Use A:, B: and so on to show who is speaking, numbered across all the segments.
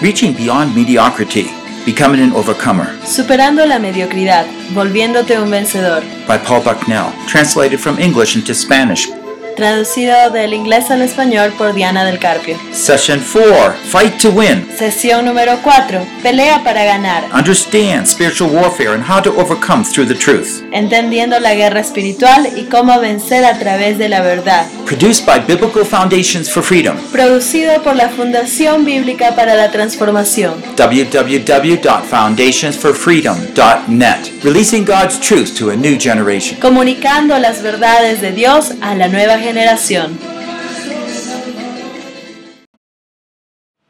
A: Reaching beyond mediocrity, becoming an overcomer
B: Superando la mediocridad, volviéndote un vencedor.
A: by Paul Bucknell, translated from English into Spanish.
B: Traducido del inglés al español por Diana del Carpio.
A: Session 4 Fight to Win.
B: Sesión número 4. Pelea para ganar.
A: Understand spiritual warfare and how to overcome through the truth.
B: Entendiendo la guerra espiritual y cómo vencer a través de la verdad.
A: Produced by Biblical Foundations for Freedom.
B: Producido por la Fundación Bíblica para la Transformación.
A: www.foundationsforfreedom.net. Releasing God's truth to a new generation.
B: Comunicando las verdades de Dios a la nueva generación.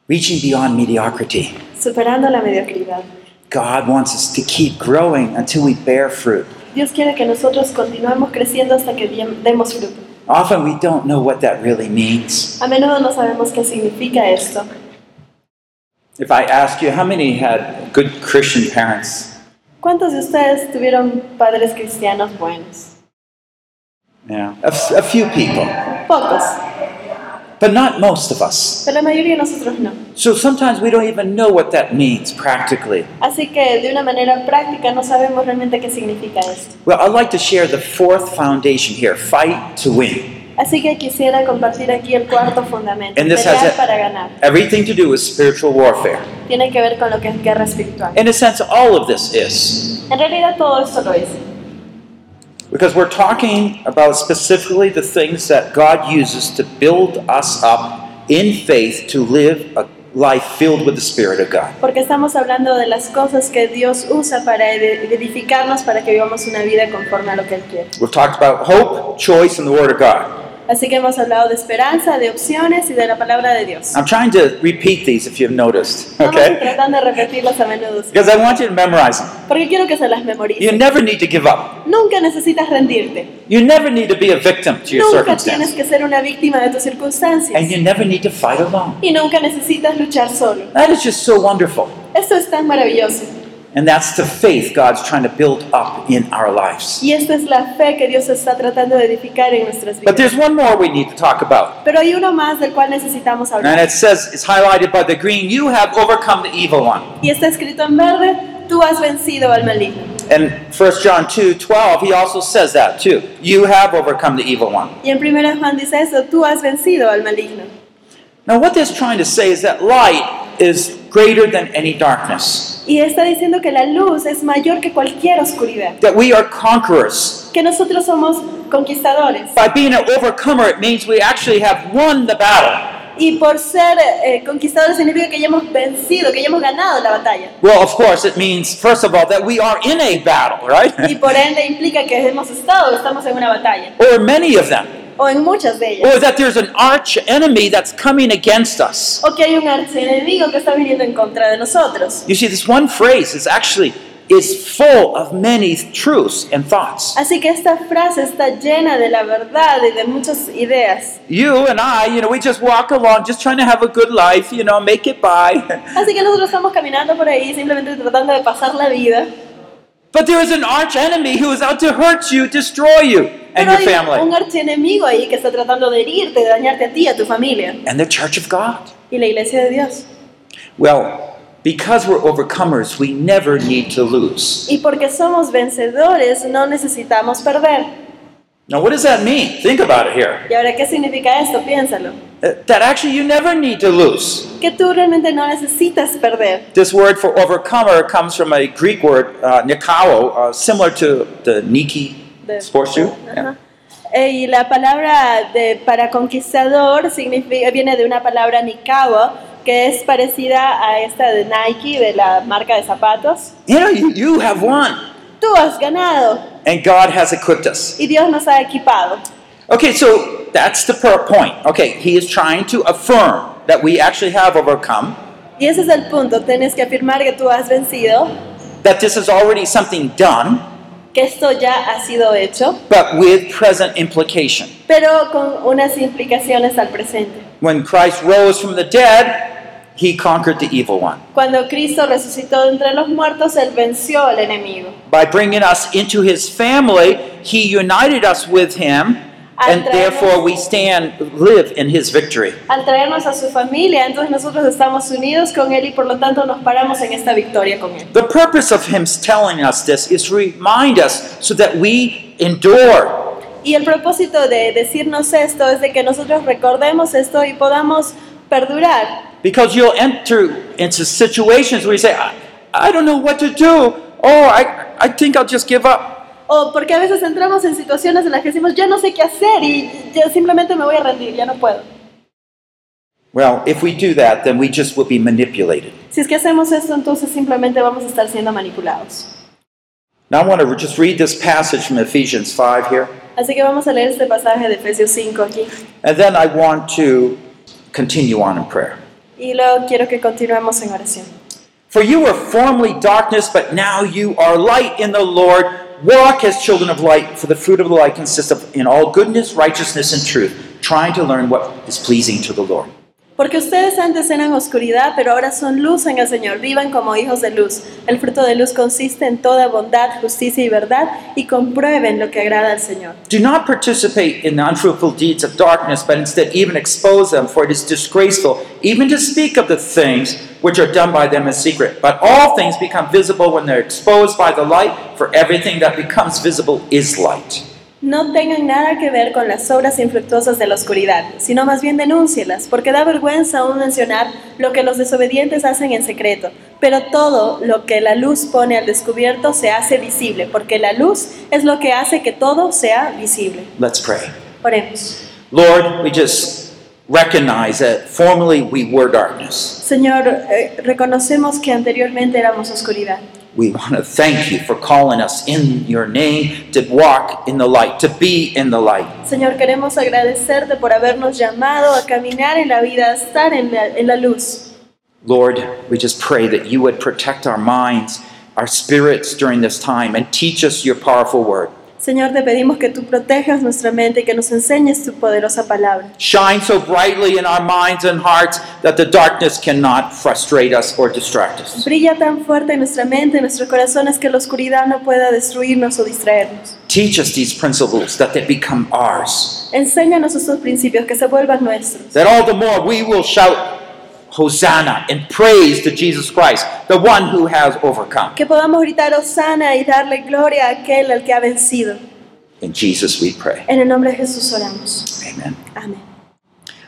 A: Reaching beyond mediocrity.
B: Superando la mediocridad.
A: God wants us to keep growing until we bear fruit.
B: Dios quiere que nosotros continuemos creciendo hasta que bien- demos fruto.
A: Often we don't know what that really means.
B: A menudo no sabemos qué significa esto.
A: If I ask you, how many had good Christian parents?
B: ¿Cuántos de ustedes tuvieron padres cristianos buenos?
A: Yeah. A, f- a few people,
B: Pocos,
A: but not most of us.
B: pero la mayoría de nosotros no.
A: So sometimes we don't even know what that means practically.
B: Así que de una manera práctica no sabemos realmente qué significa esto.
A: Well, I'd like to share the fourth foundation here fight to win.
B: Así que quisiera compartir aquí el cuarto fundamento,
A: And this
B: pelear
A: has a-
B: para ganar.
A: Everything to do with spiritual warfare.
B: Tiene que ver con lo que es guerra espiritual.
A: In a sense, all of this is.
B: En realidad todo esto lo es,
A: Because we're talking about specifically the things that God uses to build us up in faith to live a life filled with the Spirit of God.
B: porque estamos hablando de las cosas que Dios usa para ed- edificarnos, para que vivamos una vida conforme a lo que Él quiere.
A: We've talked about hope, choice, and the Word of God.
B: Así que hemos hablado de esperanza, de opciones y de la palabra de Dios.
A: I'm trying to repeat these if you've noticed,
B: Vamos a
A: okay?
B: tratar de repetirlas a menudo,
A: Because I want you to memorize them.
B: porque quiero que se las memorices.
A: You never need to give up.
B: Nunca necesitas rendirte.
A: You never need to be a victim to your
B: Nunca tienes
A: circumstance.
B: que ser una víctima de tus
A: And
B: circunstancias.
A: you never need to fight alone.
B: Y nunca necesitas luchar solo.
A: That is just so wonderful.
B: Esto es tan maravilloso.
A: And that's the faith God's trying to build up in our lives.
B: Y esta es la fe que Dios está tratando de edificar en nuestras
A: But
B: vidas.
A: there's one more we need to talk about.
B: Pero hay uno más del cual necesitamos
A: And
B: hablar.
A: it says, it's highlighted by the green, you have overcome the evil one.
B: Y está escrito en verde, tú has vencido al maligno.
A: And 1 John 2 12, he also says that too. You have overcome the evil one.
B: Y en 1 Juan dice eso, tú has vencido al maligno.
A: Now, what this is trying to say is that light is greater than any darkness,
B: Y está diciendo que la luz es mayor que cualquier oscuridad.
A: that we are conquerors.
B: Que nosotros somos conquistadores.
A: By being an overcomer, it means we actually have won the battle.
B: Y por ser eh, conquistadores significa que ya hemos vencido, que ya hemos ganado la batalla.
A: Well, of course, it means, first of all, that we are in a battle,
B: Y
A: right?
B: por ende implica que hemos estado, estamos en una batalla,
A: or many of them.
B: o en muchas de ellas.
A: Or that there's an arch enemy that's coming against us.
B: O que hay un archienemigo que está viniendo en contra de nosotros.
A: You see, this one phrase is actually is full of many truths and thoughts.
B: Así que esta frase está llena de la verdad y de muchas ideas.
A: You and I, you know, we just walk along, just trying to have a good life, you know, make it by.
B: Así que nosotros estamos caminando por ahí simplemente tratando de pasar la vida.
A: But there is an arch enemy who is out to hurt you, destroy you, and
B: Pero
A: your
B: hay
A: family.
B: un archienemigo ahí que está tratando de herirte, de dañarte a ti, a tu familia
A: And the church of God.
B: y la iglesia de Dios.
A: Well, because we're overcomers, we never need to lose.
B: Y porque somos vencedores no necesitamos perder.
A: Now, what does that mean? Think about it here.
B: ¿Y ahora qué significa esto? Piénsalo.
A: Uh, That actually you never need to lose.
B: Que tú realmente no necesitas perder.
A: This word for overcomer comes from a Greek word, uh, nikao, uh, similar to the Nike
B: De-
A: sports shoe. Yeah.
B: Ajá. Eh, y la palabra de, para conquistador significa, viene de una palabra nikawa, que es parecida a esta de Nike, de la marca de zapatos.
A: You know, you, you have won,
B: Tú has ganado
A: and God has equipped us.
B: y Dios nos ha equipado.
A: Okay, so that's the per- point. Okay, he is trying to affirm that we actually have overcome,
B: Y ese es el punto, tienes que afirmar que tú has vencido,
A: that this is already something done,
B: que esto ya ha sido hecho,
A: but with present implication.
B: pero con unas implicaciones al presente.
A: When Christ rose from the dead, he conquered the evil one
B: Cuando Cristo resucitó de entre los muertos, Él venció al enemigo.
A: by bringing us into his family. He united us with him
B: al
A: and therefore we stand, live in his victory.
B: al traernos a su familia, entonces nosotros estamos unidos con Él y por lo tanto nos paramos en esta victoria con Él.
A: The purpose of him telling us this is to remind us so that we endure.
B: Y el propósito de decirnos esto es de que nosotros recordemos esto y podamos perdurar,
A: Because you'll enter into situations where you say, I, I don't know what to do. Oh, I, I think I'll just give up.
B: o porque a veces entramos en situaciones en las que decimos, ya no sé qué hacer y yo simplemente me voy a rendir, ya no puedo.
A: Well, if we do that, then we just will be manipulated.
B: Si es que hacemos esto, entonces simplemente vamos a estar siendo manipulados.
A: Now I want to just read this passage from Ephesians 5 here,
B: Así que vamos a leer este pasaje de Efesios 5 aquí.
A: and then I want to continue on in prayer.
B: Y luego quiero que continuemos en oración.
A: For you were formerly darkness, but now you are light in the Lord. Walk as children of light, for the fruit of the light consists of in all goodness, righteousness, and truth, trying to learn what is pleasing to the Lord.
B: Porque ustedes antes eran oscuridad, pero ahora son luz en el Señor. Vivan como hijos de luz. El fruto de luz consiste en toda bondad, justicia y verdad, y comprueben lo que agrada al Señor.
A: Do not participate in the unfruitful deeds of darkness, but instead even expose them, for it is disgraceful even to speak of the things which are done by them in secret. But all things become visible when they're exposed by the light, for everything that becomes visible is light.
B: No tengan nada que ver con las obras infructuosas de la oscuridad, sino más bien denúncielas, porque da vergüenza aún mencionar lo que los desobedientes hacen en secreto. Pero todo lo que la luz pone al descubierto se hace visible, porque la luz es lo que hace que todo sea visible.
A: Let's pray.
B: Oremos.
A: Lord, we just recognize that formerly we were darkness.
B: Señor, eh, reconocemos que anteriormente éramos oscuridad.
A: We want to thank you for calling us in your name to walk in the light, to be in the light.
B: Señor, queremos agradecerte por habernos llamado a caminar en la vida, a estar en la, en la luz.
A: Lord, we just pray that you would protect our minds, our spirits during this time, and teach us your powerful word.
B: Señor, te pedimos que tú protejas nuestra mente y que nos enseñes tu poderosa palabra.
A: Shine so brightly in our minds and hearts that the darkness cannot frustrate us or distract us.
B: Brilla tan fuerte en nuestra mente, en nuestros corazones, que la oscuridad no pueda destruirnos o distraernos.
A: Teach us these principles that they become ours,
B: Enséñanos estos principios que se vuelvan nuestros.
A: that all the more we will shout Hosanna and praise to Jesus Christ, the one who has overcome.
B: Que podamos gritar Osana y darle gloria a aquel al que ha vencido.
A: In Jesus we pray.
B: En el nombre de Jesús oramos.
A: Amen.
B: Amén.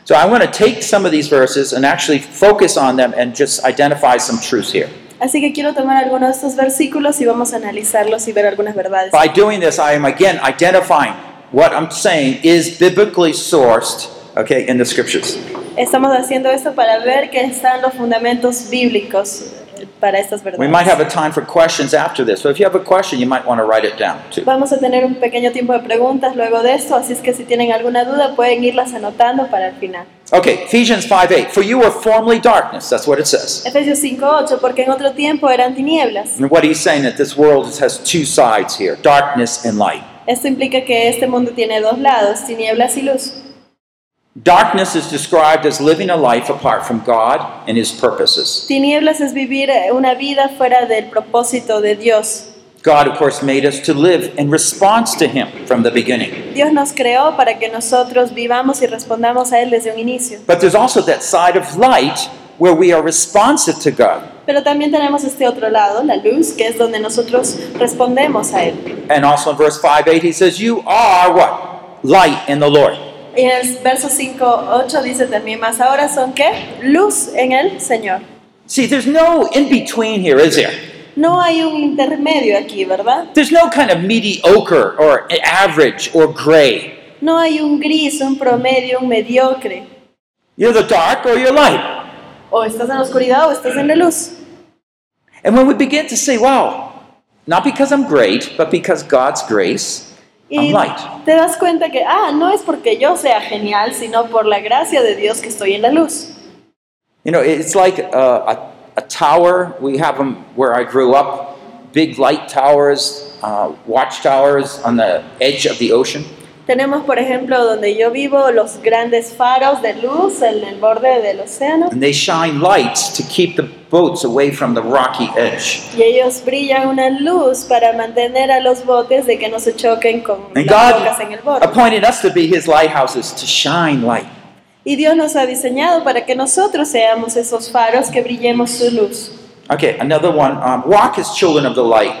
A: So I want to take some of these verses and actually focus on them and just identify some truths here.
B: Así que quiero tomar algunos de estos versículos y vamos a analizarlos y ver algunas verdades.
A: By doing this, I am again identifying what I'm saying is biblically sourced, okay, in the scriptures.
B: Estamos haciendo esto para ver qué están los fundamentos bíblicos para estas
A: We might
B: verdades.
A: have a time for questions after this. So if you have a question, you might want to write it down too.
B: Vamos a tener un pequeño tiempo de preguntas luego de esto, así es que si tienen alguna duda pueden irlas anotando para el final.
A: Okay, Ephesians 5:8. For you were formerly darkness. That's what it says.
B: Efesios 5:8, porque en otro tiempo eran tinieblas.
A: And what he's saying that this world has two sides here, darkness and light.
B: Esto implica que este mundo tiene dos lados, tinieblas y luz.
A: Darkness is described as living a life apart from God and his purposes.
B: Tinieblas es vivir eh, una vida fuera del propósito de Dios.
A: God, of course, made us to live in response to Him from the beginning.
B: Dios nos creó para que nosotros vivamos y respondamos a Él desde un inicio.
A: But there's also that side of light where we are responsive to God
B: Pero también tenemos este otro lado, la luz, que es donde nosotros respondemos a Él.
A: And also in verse 5 8, He says, You are what? Light in the Lord.
B: Y en el verso 5, 8 dice también más, ahora son qué? Luz en el Señor.
A: See, there's no in between here, is there?
B: No hay un intermedio aquí, ¿verdad?
A: There's no kind of mediocre or average or gray.
B: No hay un gris, un promedio, un mediocre.
A: You're the dark or you're light.
B: O estás en la oscuridad o estás en la luz.
A: And when we begin to say, Wow, not because I'm great, but because God's grace, I'm
B: Y
A: light.
B: te das cuenta que, ah, no es porque yo sea genial, sino por la gracia de Dios que estoy en la luz.
A: You know, it's like a, a, a tower. We have them where I grew up, big light towers, uh, watchtowers on the edge of the ocean.
B: Tenemos, por ejemplo, donde yo vivo, los grandes faros de luz en el borde del océano
A: And they shine lights to keep the boats away from the rocky edge.
B: y ellos brillan una luz para mantener a los botes de que no se choquen con
A: And
B: las rocas en el
A: God
B: borde.
A: appointed us to be His lighthouses to shine light.
B: Y Dios nos ha diseñado para que nosotros seamos esos faros que brillemos su luz.
A: Okay, another one. Um, walk as children of the light,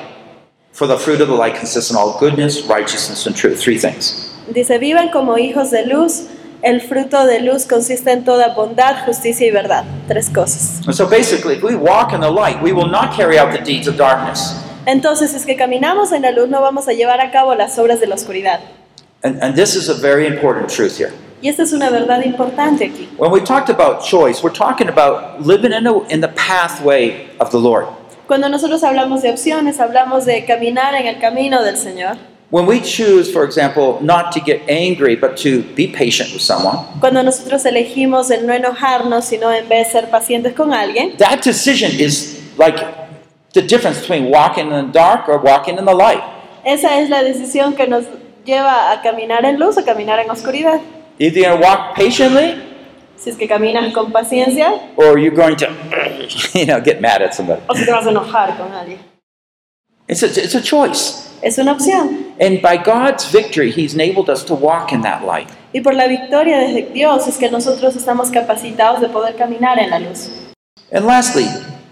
A: for the fruit of the light consists in all goodness, righteousness, and truth. Three things.
B: Dice, vivan como hijos de luz, el fruto de luz consiste en toda bondad, justicia y verdad. Tres cosas.
A: And so basically, if we walk in the light, we will not carry out the deeds of darkness.
B: Entonces, es que caminamos en la luz, no vamos a llevar a cabo las obras de la oscuridad.
A: And, and this is a very important truth here.
B: Y esta es una verdad importante aquí.
A: When we talked about choice, we're talking about living in the, in the pathway of the Lord.
B: Cuando nosotros hablamos de opciones, hablamos de caminar en el camino del Señor.
A: When we choose, for example, not to get angry, but to be patient with someone,
B: Cuando nosotros elegimos el no enojarnos, sino en vez de ser pacientes con alguien,
A: that decision is like the difference between walking in the dark or walking in the light.
B: esa es la decisión que nos lleva a caminar en luz o caminar en oscuridad.
A: Either you're going to walk patiently
B: Si es que caminas con paciencia
A: or you're going to, you know, get mad at somebody.
B: o si te vas a enojar con alguien.
A: It's a, it's a choice.
B: Es una opción.
A: And by God's victory, He's enabled us to walk in that light.
B: Y por la victoria de Dios es que nosotros estamos capacitados de poder caminar en la luz.
A: And lastly,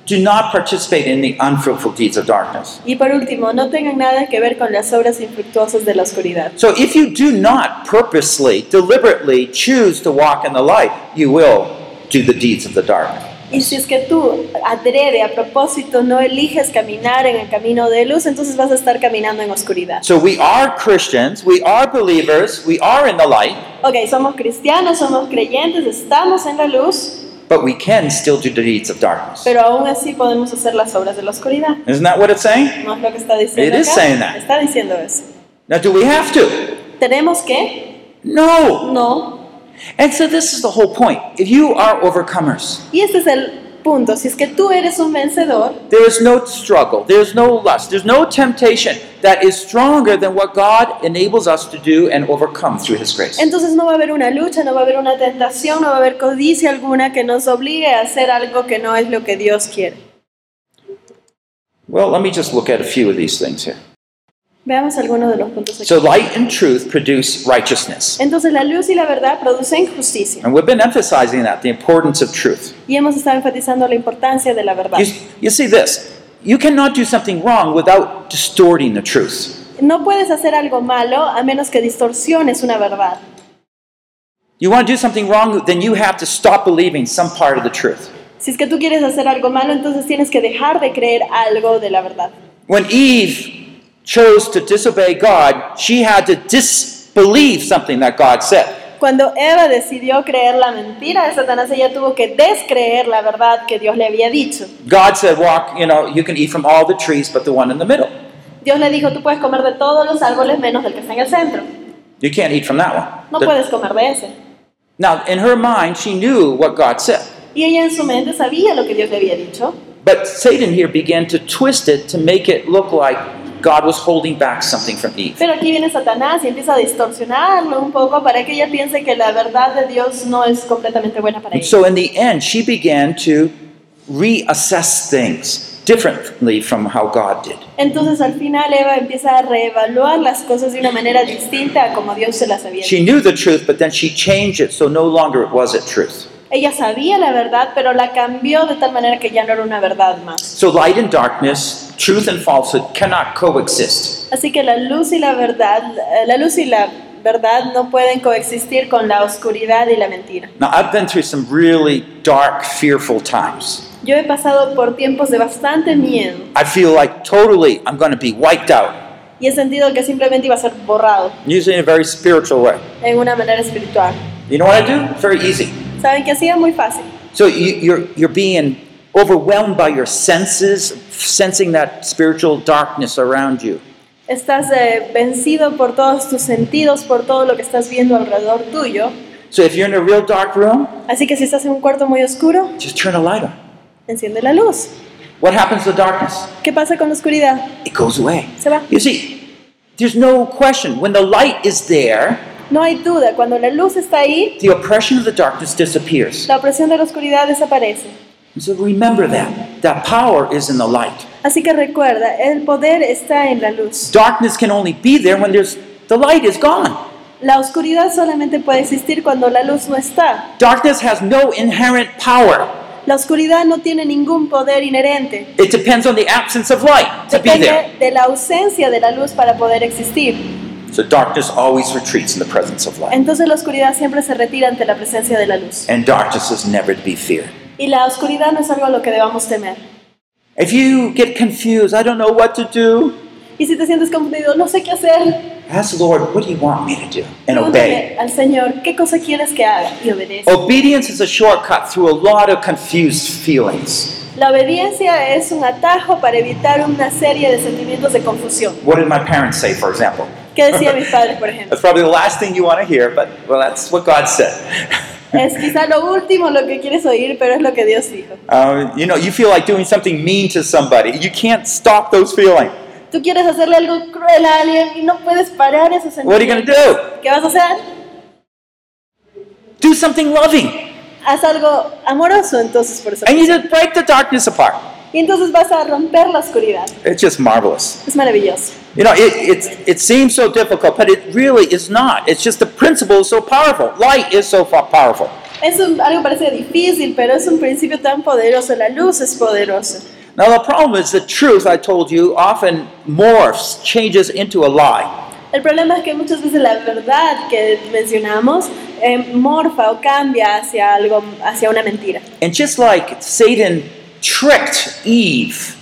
A: do not participate in the unfruitful deeds of darkness.
B: Y por último, no tengan nada que ver con las obras infructuosas de la oscuridad.
A: So if you do not purposely, deliberately choose to walk in the light, you will do the deeds of the dark.
B: Y si es que tú adrede, a propósito, no eliges caminar en el camino de luz, entonces vas a estar caminando en oscuridad.
A: So we are Christians, we are believers, we are in the light,
B: Ok, somos cristianos, somos creyentes, estamos en la luz,
A: but we can still do the deeds of darkness.
B: pero aún así podemos hacer las obras de la oscuridad.
A: Isn't that what it's saying?
B: ¿No es lo que está diciendo?
A: It is
B: acá?
A: saying that.
B: Está diciendo eso.
A: Now do we have to?
B: ¿Tenemos que?
A: No.
B: No,
A: And so this is the whole point. If you are overcomers,
B: Y este es el punto, si es que tú eres un vencedor,
A: there is no struggle, there's no lust, there's no temptation that is stronger than what God enables us to do and overcome through his grace.
B: entonces no va a haber una lucha, no va a haber una tentación, no va a haber codicia alguna que nos obligue a hacer algo que no es lo que Dios quiere.
A: Well, let me just look at a few of these things here.
B: Veamos algunos de los puntos aquí.
A: So light and truth produce righteousness.
B: Entonces la luz y la verdad producen justicia.
A: And we've been emphasizing that, the importance of truth.
B: Y hemos estado enfatizando la importancia de la verdad.
A: You, you see this, you cannot do something wrong without distorting the truth.
B: No puedes hacer algo malo a menos que distorsiones una verdad.
A: You want to do something wrong, then you have to stop believing some part of the truth.
B: Si es que tú quieres hacer algo malo, entonces tienes que dejar de creer algo de la verdad.
A: When Eve chose to disobey God, she had to disbelieve something that God said.
B: Cuando Eva decidió creer la mentira de Satanás, ella tuvo que descreer la verdad que Dios le había dicho.
A: God said, Walk, you know, you can eat from all the trees but the one in the middle.
B: Dios le dijo, tú puedes comer de todos los árboles menos del que está en el centro.
A: You can't eat from that one.
B: No
A: The-
B: puedes comer de ese.
A: Now, in her mind, she knew what God said.
B: Y ella en su mente sabía lo que Dios le había dicho,
A: But Satan here began to twist it to make it look like God was holding back something from Eve.
B: pero aquí viene Satanás y empieza a distorsionarlo un poco para que ella piense que la verdad de Dios no es completamente buena para
A: And
B: ella.
A: so in the end, she began to reassess things differently from how God did.
B: Entonces al final Eva empieza a reevaluar las cosas de una manera distinta a como Dios se las había dicho.
A: She knew the truth, but then she changed it so no longer it was it truth.
B: Ella sabía la verdad, pero la cambió de tal manera que ya no era una verdad más.
A: So light and darkness, truth and falsehood cannot coexist.
B: Así que la luz y la verdad, eh, la luz y la verdad no pueden coexistir con la oscuridad y la mentira.
A: Now, I've been through some really dark, fearful times.
B: Yo he pasado por tiempos de bastante miedo
A: I feel like totally I'm going to be wiped out,
B: y he sentido que simplemente iba a ser borrado
A: usually in a very spiritual way.
B: en una manera espiritual.
A: You know what I do? It's very easy.
B: Saben que así es muy fácil.
A: So you, you're you're being overwhelmed by your senses, sensing that spiritual darkness around you.
B: Estás eh, vencido por todos tus sentidos, por todo lo que estás viendo alrededor tuyo.
A: So if you're in a real dark room,
B: Así que si estás en un cuarto muy oscuro,
A: just turn a light on.
B: enciende la luz.
A: What happens to darkness?
B: ¿Qué pasa con la oscuridad?
A: It goes away.
B: Se va.
A: You see, There's no question. When the light is there,
B: No hay duda, cuando la luz está ahí,
A: the oppression of the darkness disappears.
B: la opresión de la oscuridad desaparece.
A: And so remember that. That power is in the light.
B: Así que recuerda, el poder está en la luz.
A: Darkness can only be there when there's the light is gone.
B: La oscuridad solamente puede existir cuando la luz no está.
A: Darkness has no inherent power.
B: La oscuridad no tiene ningún poder inherente.
A: It depends on the absence of light to be there.
B: Depende de la ausencia de la luz para poder existir.
A: So darkness always retreats in the presence of light.
B: Entonces la oscuridad siempre se retira ante la presencia de la luz.
A: And darkness is never to be feared.
B: Y la oscuridad no es algo a lo que debamos temer.
A: If you get confused, I don't know what to do,
B: Y si te sientes confundido, no sé qué hacer,
A: ask the Lord, what do you want me to do? And obey.
B: pregúntale al Señor, ¿qué cosa quieres que haga? Y obedece.
A: Obedience is a shortcut through a lot of confused feelings.
B: La obediencia es un atajo para evitar una serie de sentimientos de confusión.
A: What did my parents say, for example?
B: ¿Qué decían mis padres, por ejemplo?
A: That's probably the last thing you want to hear, but well, that's what God said.
B: Es quizá lo último lo que quieres oír, pero es lo que Dios dijo.
A: Um, you know, you feel like doing something mean to somebody. You can't stop those feelings.
B: Tú quieres hacerle algo cruel a alguien y no puedes parar esos
A: What are you going
B: sentimientos.
A: to do?
B: ¿Qué vas a hacer?
A: Do something loving.
B: Haz algo amoroso entonces por eso.
A: And you just break the darkness apart.
B: Y entonces vas a romper la oscuridad.
A: It's just marvelous.
B: Es maravilloso.
A: You know, it, it, it seems so difficult, but it really is not. It's just the principle is so powerful. Light is so fa- powerful.
B: Es un- algo parece difícil, pero es un principio tan poderoso. La luz es poderosa.
A: Now, the problem is the truth, I told you, often morphs, changes into a lie.
B: El problema es que muchas veces la verdad que mencionamos eh, morfa o cambia hacia algo, hacia una mentira.
A: And just like Satan tricked Eve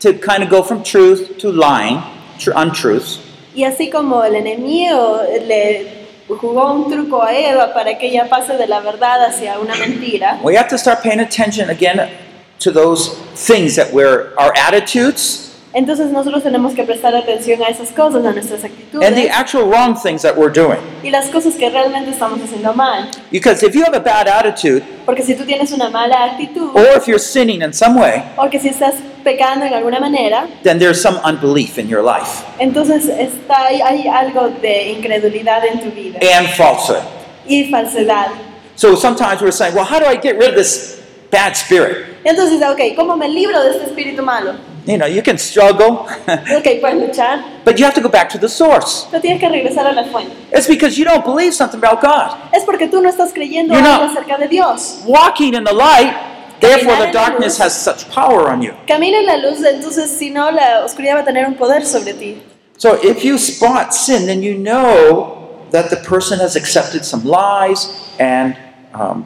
A: to kind of go from truth to lying, tr- untruths,
B: Y así como el enemigo le jugó un truco a Eva para que ella pase de la verdad hacia una mentira,
A: we have to start paying attention again to those things that we're, our attitudes
B: entonces nosotros tenemos que prestar atención a esas cosas, a nuestras
A: and the
B: actitudes
A: actual wrong things that we're doing.
B: y las cosas que realmente estamos haciendo mal.
A: Because if you have a bad attitude,
B: Porque si tú tienes una mala actitud
A: or if you're sinning in some way,
B: o que si estás pecando en alguna manera,
A: then there's some unbelief in your life
B: entonces está, hay, hay algo de incredulidad en tu vida
A: and falsehood.
B: y falsedad.
A: So sometimes we're saying, well, how do I get rid of this bad spirit?
B: Entonces, ok, ¿cómo me libro de este espíritu malo?
A: You know, you can struggle,
B: Ok, puedes luchar,
A: but you have to go back to the source.
B: pero tienes que regresar a la fuente.
A: It's because you don't believe something about God.
B: Es porque tú no estás creyendo
A: You know-
B: algo acerca de Dios.
A: Walking in the light, therefore
B: Caminar
A: the
B: en la
A: darkness
B: luz.
A: has such power on you.
B: Camina en la luz, entonces si no, la oscuridad va a tener un poder sobre ti.
A: So if you spot sin, then you know that the person has accepted some lies and um,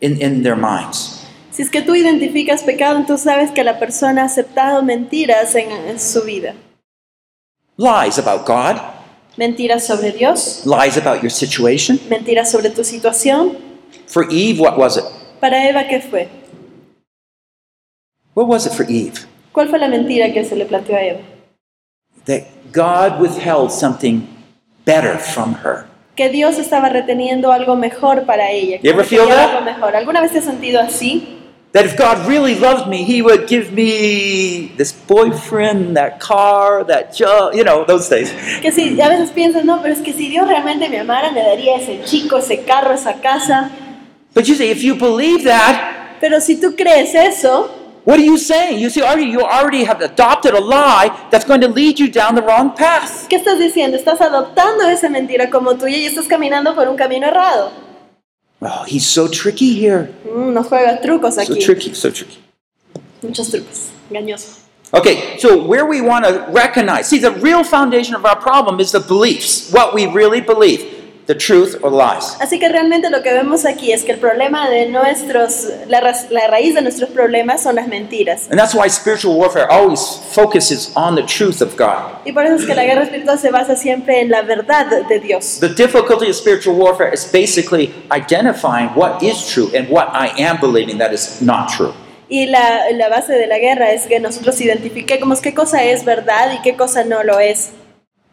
A: in, in their minds.
B: Si es que tú identificas pecado, entonces sabes que la persona ha aceptado mentiras en, en su vida.
A: Lies about God,
B: Mentiras sobre Dios,
A: lies about your situation.
B: mentiras sobre tu situación.
A: For Eve, what was it?
B: Para Eva, ¿qué fue?
A: What was it for Eve?
B: ¿Cuál fue la mentira que se le planteó a Eva?
A: That God withheld something better from her.
B: Que Dios estaba reteniendo algo mejor para ella. que
A: You ever feel
B: tenía
A: that?
B: algo mejor. ¿Alguna vez te has sentido así?
A: That if God really loved me, He would give me this boyfriend, that car, that job, you know, those things.
B: Que si a veces piensas, no, pero es que si Dios realmente me amara, me daría ese chico, ese carro, esa casa.
A: But you see, if you believe that,
B: Pero si tú crees eso,
A: what are you saying? You see, already you already have adopted a lie that's going to lead you down the wrong path.
B: ¿qué estás diciendo? Estás adoptando esa mentira como tuya y estás caminando por un camino errado.
A: Oh, he's so tricky here.
B: Mm, nos juega trucos
A: So
B: aquí.
A: tricky, so tricky.
B: Muchos trucos. Engañoso.
A: Okay, so where we want to recognize, see, the real foundation of our problem is the beliefs, what we really believe, the truth or lies.
B: Así que realmente lo que vemos aquí es que el problema de nuestros, la, ra- la raíz de nuestros problemas son las mentiras.
A: And that's why spiritual warfare always focuses on the truth of God.
B: Y por eso es que la guerra espiritual se basa siempre en la verdad de Dios.
A: The difficulty of spiritual warfare is basically identifying what is true and what I am believing that is not true.
B: Y la, la base de la guerra es que nosotros identifiquemos qué cosa es verdad y qué cosa no lo es.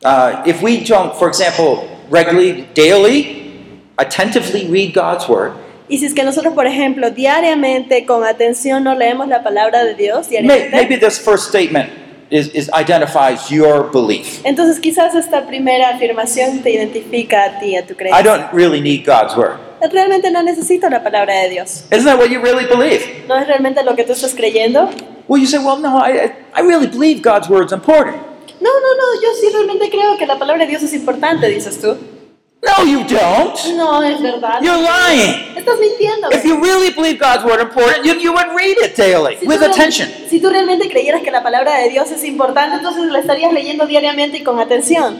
A: Uh, if we don't, for example, regularly, daily, attentively read God's word,
B: Y si es que nosotros, por ejemplo, diariamente con atención no leemos la palabra de Dios,
A: may,
B: diariamente,
A: maybe this first statement is, is identifies your belief.
B: Entonces quizás esta primera afirmación te identifica a ti, a tu
A: I
B: creencia.
A: don't really need God's word.
B: Realmente no necesito la palabra de Dios.
A: Isn't that what you really believe?
B: ¿No es realmente lo que tú estás creyendo?
A: Well, you say, well, no, I, I- I really believe God's word's important.
B: No, no, no, yo sí realmente creo que la palabra de Dios es importante, dices tú.
A: No, you don't.
B: No, es verdad.
A: You're lying.
B: Estás mintiendo.
A: If you really believe God's word important, you, you would read it daily
B: Si tú
A: with
B: real-
A: attention.
B: Si tú realmente creyeras que la palabra de Dios es importante, entonces la estarías leyendo diariamente y con atención.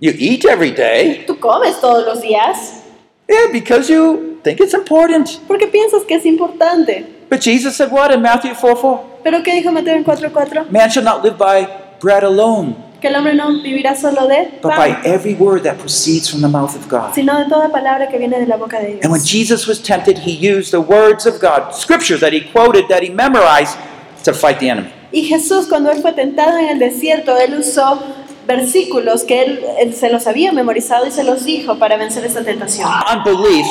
A: You eat every day.
B: Tú comes todos los días
A: Yeah, because you think it's important.
B: porque piensas que es importante.
A: But Jesus said what in Matthew 4 4?
B: ¿Pero qué dijo Mateo en 4.4?
A: Man shall not live by bread alone,
B: Que el hombre no vivirá solo de
A: but by
B: pan,
A: every word that proceeds from the mouth of God.
B: sino de toda palabra que viene de la boca de
A: And when
B: Dios.
A: Jesus was tempted, he used the words of God, scriptures that he quoted, that he memorized, to fight the enemy.
B: Y Jesús, cuando él fue tentado en el desierto, él usó versículos que él, él se los había memorizado y se los dijo para vencer esa tentación.
A: Unbeliefs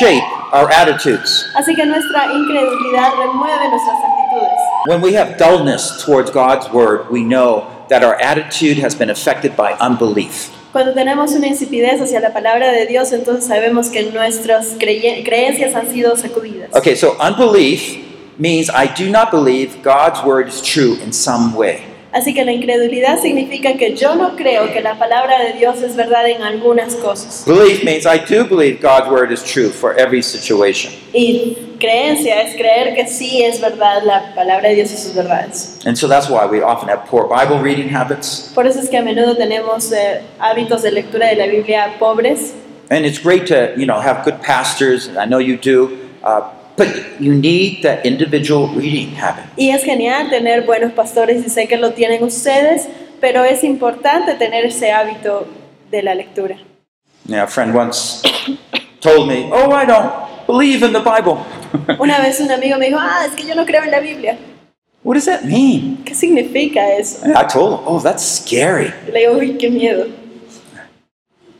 A: shape our attitudes.
B: Así que nuestra incredulidad remueve nuestras actitudes.
A: When we have dullness towards God's word, we know that our attitude has been affected by unbelief.
B: Cuando tenemos una insipidez hacia la palabra de Dios, entonces sabemos que nuestras creye- creencias han sido sacudidas.
A: Okay, so unbelief means I do not believe God's word is true in some way.
B: Así que la incredulidad significa que yo no creo que la palabra de Dios es verdad en algunas cosas.
A: Belief means I do believe God's word is true for every situation.
B: Y creencia es creer que sí es verdad la palabra de Dios y sus verdades.
A: And so that's why we often have poor Bible reading habits.
B: Por eso es que a menudo tenemos eh, hábitos de lectura de la Biblia pobres.
A: And it's great to, you know, have good pastors, and I know you do, uh, but you need that individual reading habit.
B: Y es genial tener buenos pastores y sé que lo tienen ustedes, pero es importante tener ese hábito de la lectura.
A: You know, a friend once told me, Oh, I don't believe in the Bible.
B: Una vez un amigo me dijo, ah, es que yo no creo en la Biblia.
A: what does that mean?
B: ¿Qué significa eso?
A: And I told him, Oh, that's scary.
B: Y le digo, uy, qué miedo.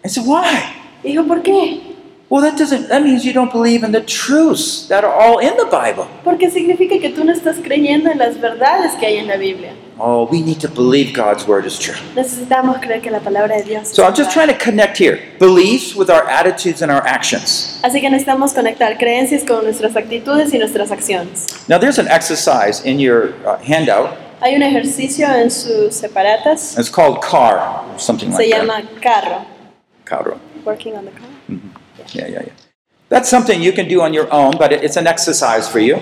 A: I said, Why?
B: Y dijo, ¿por qué?
A: Well, that doesn't, that means you don't believe in the truths that are all in the Bible.
B: Porque significa que tú no estás creyendo en las verdades que hay en la Biblia.
A: Oh, we need to believe God's word is true.
B: Necesitamos creer que la palabra de Dios. es
A: So I'm just
B: verdad.
A: trying to connect here beliefs with our attitudes and our actions.
B: Así que necesitamos conectar creencias con nuestras actitudes y nuestras acciones.
A: Now, there's an exercise in your uh, handout.
B: Hay un ejercicio en sus separatas,
A: It's called CAR, or something
B: se
A: like that.
B: llama carro.
A: Caro.
B: Working on the car.
A: Yeah, yeah, yeah. That's something you can do on your own, but it- it's an exercise for you.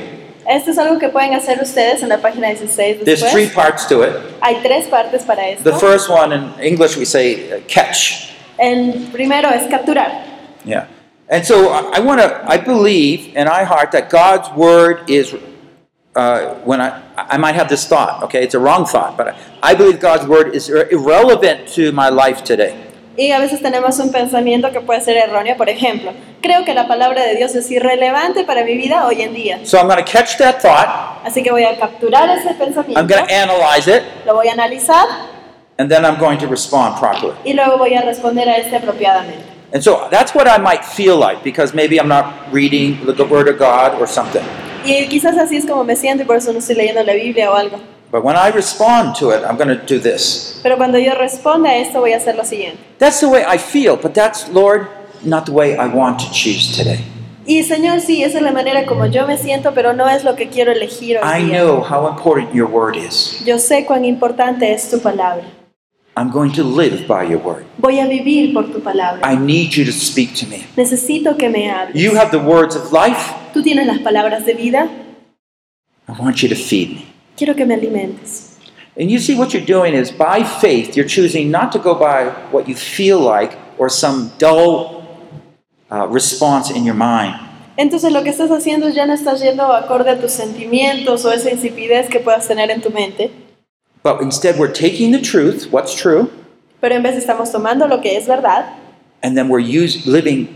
B: Esto es algo que pueden hacer ustedes en la página 16
A: There's three
B: después.
A: parts to it.
B: Hay tres partes para
A: The
B: esto.
A: first one in English we say uh, catch.
B: El primero es capturar.
A: Yeah. And so I, I want to, I believe in I heart that God's word is, uh, when I, I might have this thought, okay? It's a wrong thought, but I, I believe God's word is ir- irrelevant to my life today.
B: Y a veces tenemos un pensamiento que puede ser erróneo, por ejemplo, creo que la palabra de Dios es irrelevante para mi vida hoy en día,
A: So I'm going to catch that thought,
B: así que voy a capturar ese
A: I'm
B: pensamiento,
A: going to analyze it,
B: lo voy a analizar
A: and then I'm going to respond properly.
B: y luego voy a responder a este apropiadamente.
A: And so that's what I might feel like because maybe I'm not reading the Word of God or something.
B: Y quizás así es como me siento y por eso no estoy leyendo la Biblia o algo.
A: But when I respond to it, I'm going to do this.
B: Pero cuando yo responda a esto voy a hacer lo siguiente.
A: That's the way I feel, but that's, Lord, not the way I want to choose today.
B: Y Señor, sí, esa es la manera como yo me siento, pero no es lo que quiero elegir
A: I
B: hoy día.
A: know how important your Word is.
B: Yo sé cuán importante es tu palabra.
A: I'm going to live by your Word.
B: Voy a vivir por tu palabra.
A: I need you to speak to me.
B: Necesito que me hables.
A: You have the words of life.
B: Tú tienes las palabras de vida.
A: I want you to feed me.
B: Quiero que me alimentes.
A: And you see, what you're doing is by faith, you're choosing not to go by what you feel like or some dull uh, response in your mind.
B: Entonces lo que estás haciendo ya no estás yendo acorde a tus sentimientos o esa insipidez que puedas tener en tu mente,
A: But instead, we're taking the truth, what's true,
B: pero en vez estamos tomando lo que es verdad
A: and then we're use, living,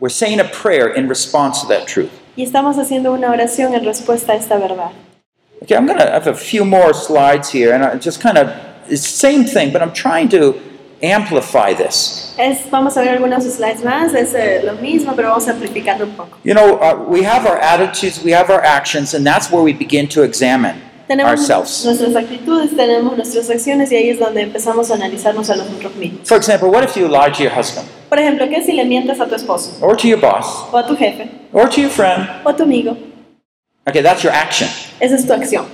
A: we're saying a prayer in response to that truth.
B: y estamos haciendo una oración en respuesta a esta verdad.
A: Okay, I'm going to have a few more slides here, and I just kind of, it's the same thing, but I'm trying to amplify this.
B: Es, vamos a ver algunos slides más, es eh, lo mismo, pero vamos a amplificarlo un poco.
A: You know, uh, we have our attitudes, we have our actions, and that's where we begin to examine.
B: Tenemos
A: Ourselves.
B: nuestras actitudes, tenemos nuestras acciones y ahí es donde empezamos a analizarnos a nosotros mismos.
A: For example, what if you lie to your husband,
B: Por ejemplo, ¿qué si le mientes a tu esposo?
A: or to your boss,
B: O a tu jefe,
A: or to your friend?
B: o a tu amigo.
A: Okay, that's your action,
B: Esa es tu acción.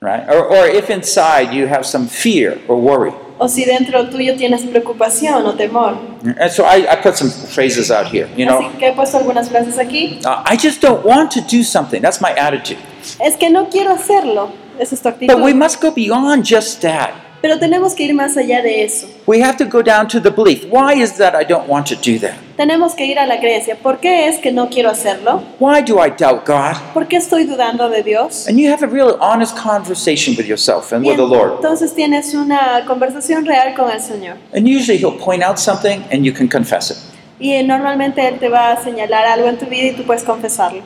A: right? Or, or if inside you have some fear or worry.
B: O si dentro tuyo tienes preocupación o temor.
A: And so I, I put some phrases out here. You know,
B: Así que he puesto algunas frases aquí.
A: uh, I just don't want to do something. That's my attitude.
B: Es que no quiero hacerlo. Esa es tu
A: But we
B: actitud.
A: must go beyond just that.
B: Pero tenemos que ir más allá de eso.
A: We have to go down to the belief. Why is that I don't want to do that?
B: Tenemos que ir a la creencia. ¿Por qué es que no quiero hacerlo?
A: Why do I doubt God?
B: ¿Por qué estoy dudando de Dios?
A: And you have a real honest conversation with yourself and with the Lord.
B: entonces tienes una conversación real con el Señor.
A: And usually He'll point out something and you can confess it.
B: Y eh, normalmente Él te va a señalar algo en tu vida y tú puedes confesarlo.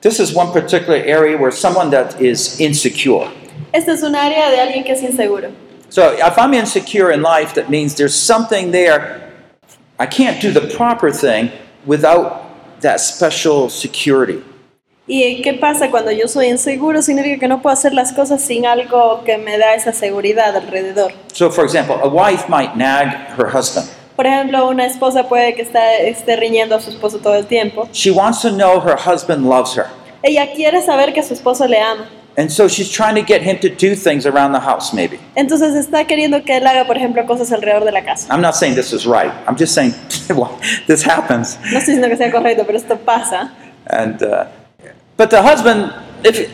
A: This is one particular area where someone that is insecure.
B: Esta es un área de alguien que es inseguro.
A: So if I'm insecure in life, that means there's something there. I can't do the proper thing without that special security.
B: ¿Y eh, qué pasa cuando yo soy inseguro? Significa que no puedo hacer las cosas sin algo que me da esa seguridad alrededor.
A: So, for example, a wife might nag her husband.
B: Por ejemplo, una esposa puede que está, esté riñendo a su esposo todo el tiempo.
A: She wants to know her husband loves her.
B: Ella quiere saber que su esposo le ama.
A: And so she's trying to get him to do things around the house, maybe.
B: Entonces está queriendo que él haga, por ejemplo, cosas alrededor de la casa.
A: I'm not saying this is right. I'm just saying well, this happens.
B: No estoy diciendo que sea correcto, pero esto pasa.
A: And uh, but the husband, if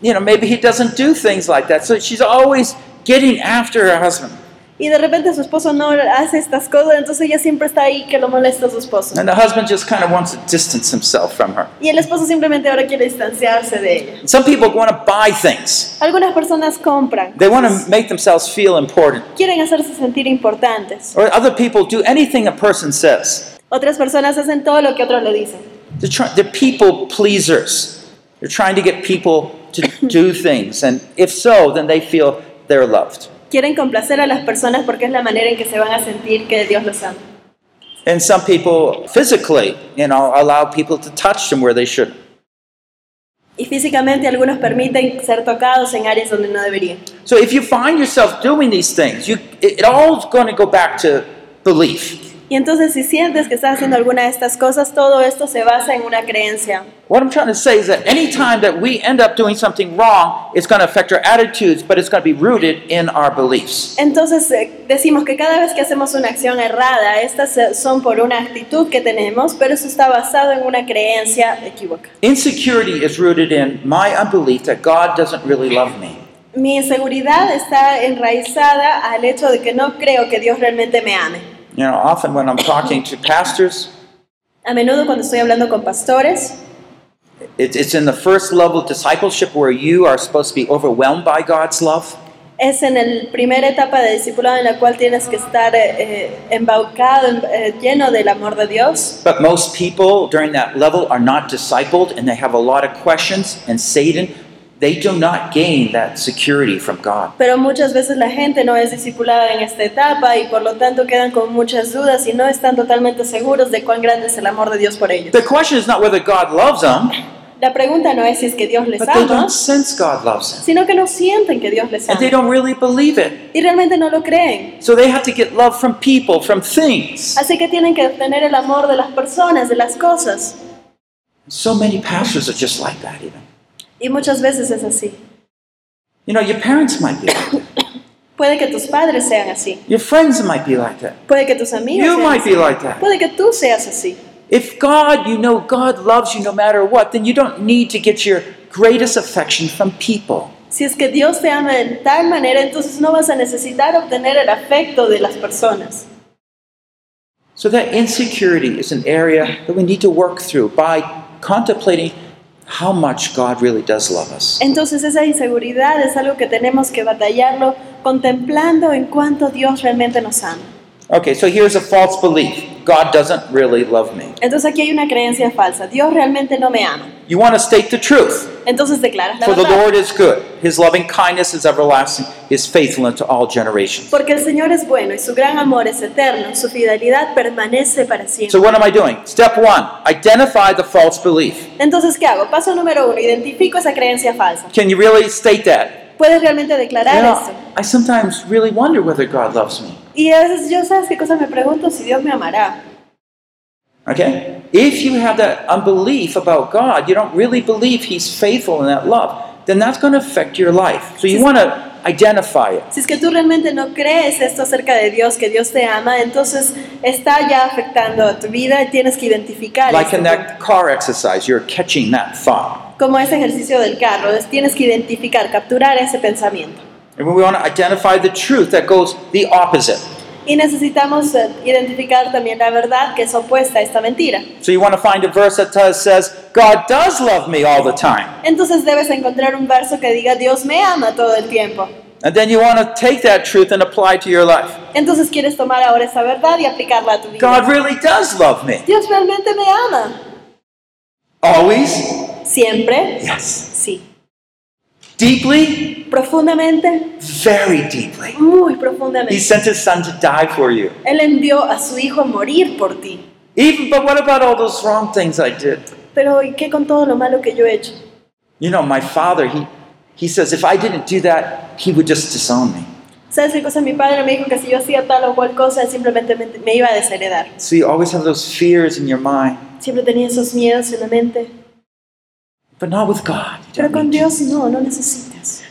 A: you know, maybe he doesn't do things like that. So she's always getting after her husband.
B: Y de repente su esposo no hace estas cosas, entonces ella siempre está ahí que lo molesta a su esposo.
A: And the husband just kind of wants to distance himself from her.
B: Y el esposo simplemente ahora quiere distanciarse de ella.
A: Some people want to buy things.
B: Algunas personas compran,
A: They want to make themselves feel important.
B: quieren hacerse sentir importantes.
A: Or other people do anything a person says.
B: Otras personas hacen todo lo que otros le dicen.
A: They're, try- they're people pleasers. They're trying to get people to do things. And if so, then they feel they're loved.
B: Quieren complacer a las personas porque es la manera en que se van a sentir que Dios los ama.
A: And some people physically, you know, allow people to touch them where they shouldn't.
B: Y físicamente algunos permiten ser tocados en áreas donde no deberían.
A: So if you find yourself doing these things, you, it, it all's going to go back to belief.
B: Y entonces si sientes que estás haciendo alguna de estas cosas, todo esto se basa en una creencia.
A: What I'm trying to say is that any time that we end up doing something wrong, it's going to affect our attitudes, but it's going to be rooted in our beliefs.
B: Entonces eh, decimos que cada vez que hacemos una acción errada, estas eh, son por una actitud que tenemos, pero eso está basado en una creencia equívoca.
A: Insecurity is rooted in my unbelief that God doesn't really love me.
B: Mi inseguridad está enraizada al hecho de que no creo que Dios realmente me ame.
A: You know, often when I'm talking to pastors,
B: A menudo cuando estoy hablando con pastores,
A: it, it's in the first level of discipleship where you are supposed to be overwhelmed by God's love.
B: es en la primera etapa de discipulado en la cual tienes que estar eh, eh, embaucado, em- eh, lleno del amor de Dios.
A: But most people during that level are not discipled and they have a lot of questions, and Satan, they do not gain that security from God.
B: Pero muchas veces la gente no es discipulada en esta etapa y por lo tanto quedan con muchas dudas y no están totalmente seguros de cuán grande es el amor de Dios por ellos.
A: The question is not whether God loves them,
B: La pregunta no es si es que Dios les
A: but they
B: ama,
A: don't sense God loves them.
B: sino que no sienten que Dios les
A: And they
B: ama
A: don't really believe it.
B: y realmente no lo creen.
A: So they have to get love from people, from things.
B: Así que tienen que obtener el amor de las personas, de las cosas.
A: So many pastors are just like that, even.
B: Y muchas veces es así.
A: You know, your parents might be like that.
B: Puede que tus padres sean así,
A: Your friends might be like that.
B: puede que tus amigos
A: You
B: sean
A: might
B: así,
A: be like that.
B: puede que tú seas así.
A: If God, you know, God loves you no matter what, then you don't need to get your greatest affection from people.
B: Si es que Dios te ama de tal manera, entonces no vas a necesitar obtener el afecto de las personas.
A: So that insecurity is an area that we need to work through by contemplating how much God really does love us.
B: Entonces esa inseguridad es algo que tenemos que batallarlo contemplando en cuánto Dios realmente nos ama.
A: Okay, so here's a false belief God doesn't really love me.
B: Entonces aquí hay una creencia falsa, Dios realmente no me ama.
A: You want to state the truth.
B: Entonces declaras la
A: For the
B: verdad.
A: Lord is good. His loving kindness is everlasting. His faithfulness to all generations.
B: Porque el Señor es bueno y su gran amor es eterno, su fidelidad permanece para
A: So
B: siempre.
A: what am I doing? Step one, identify the false belief.
B: Entonces, ¿qué hago? Paso número uno, identifico esa creencia falsa.
A: Can you really state that?
B: ¿Puedes realmente declarar
A: You know,
B: eso?
A: I sometimes really wonder whether God loves me.
B: Y a veces yo, ¿sabes qué cosa me pregunto? Si Dios me amará.
A: Okay? If you have that unbelief about God, you don't really believe He's faithful in that love, then that's going to affect your life. So you want to identify it.
B: Si es que tú realmente no crees esto acerca de Dios, que Dios te ama, entonces está ya afectando a tu vida y tienes que identificar.
A: Like in
B: esto.
A: that car exercise, you're catching that thought.
B: Como ese ejercicio del carro, es- tienes que identificar, capturar ese pensamiento.
A: And we want to identify the truth that goes the opposite.
B: Y necesitamos eh, identificar también la verdad que es opuesta a esta mentira.
A: So you want to find a verse that does- says, God does love me all the time.
B: Entonces debes encontrar un verso que diga Dios me ama todo el tiempo.
A: And then you want to take that truth and apply it to your life.
B: Entonces quieres tomar ahora esa verdad y aplicarla a tu vida.
A: God really does love me.
B: Dios realmente me ama.
A: Always?
B: Siempre,
A: Yes.
B: sí.
A: Deeply?
B: Profundamente,
A: Very deeply.
B: muy
A: He
B: profundamente.
A: sent his son to die for you.
B: Él envió a su hijo a morir por ti.
A: Even, but what about all those wrong things I did?
B: Pero ¿y qué con todo lo malo que yo he hecho?
A: You know, my father, he, he says if I didn't do that, he would just disown me.
B: ¿Sabes qué cosa? Mi padre me dijo que si yo hacía tal o cual cosa, él simplemente me, me iba a desheredar.
A: So you always have those fears in your mind,
B: Siempre tenía esos miedos en la mente.
A: but not with God. You
B: Pero
A: don't
B: con
A: need to.
B: Dios no, no necesitas.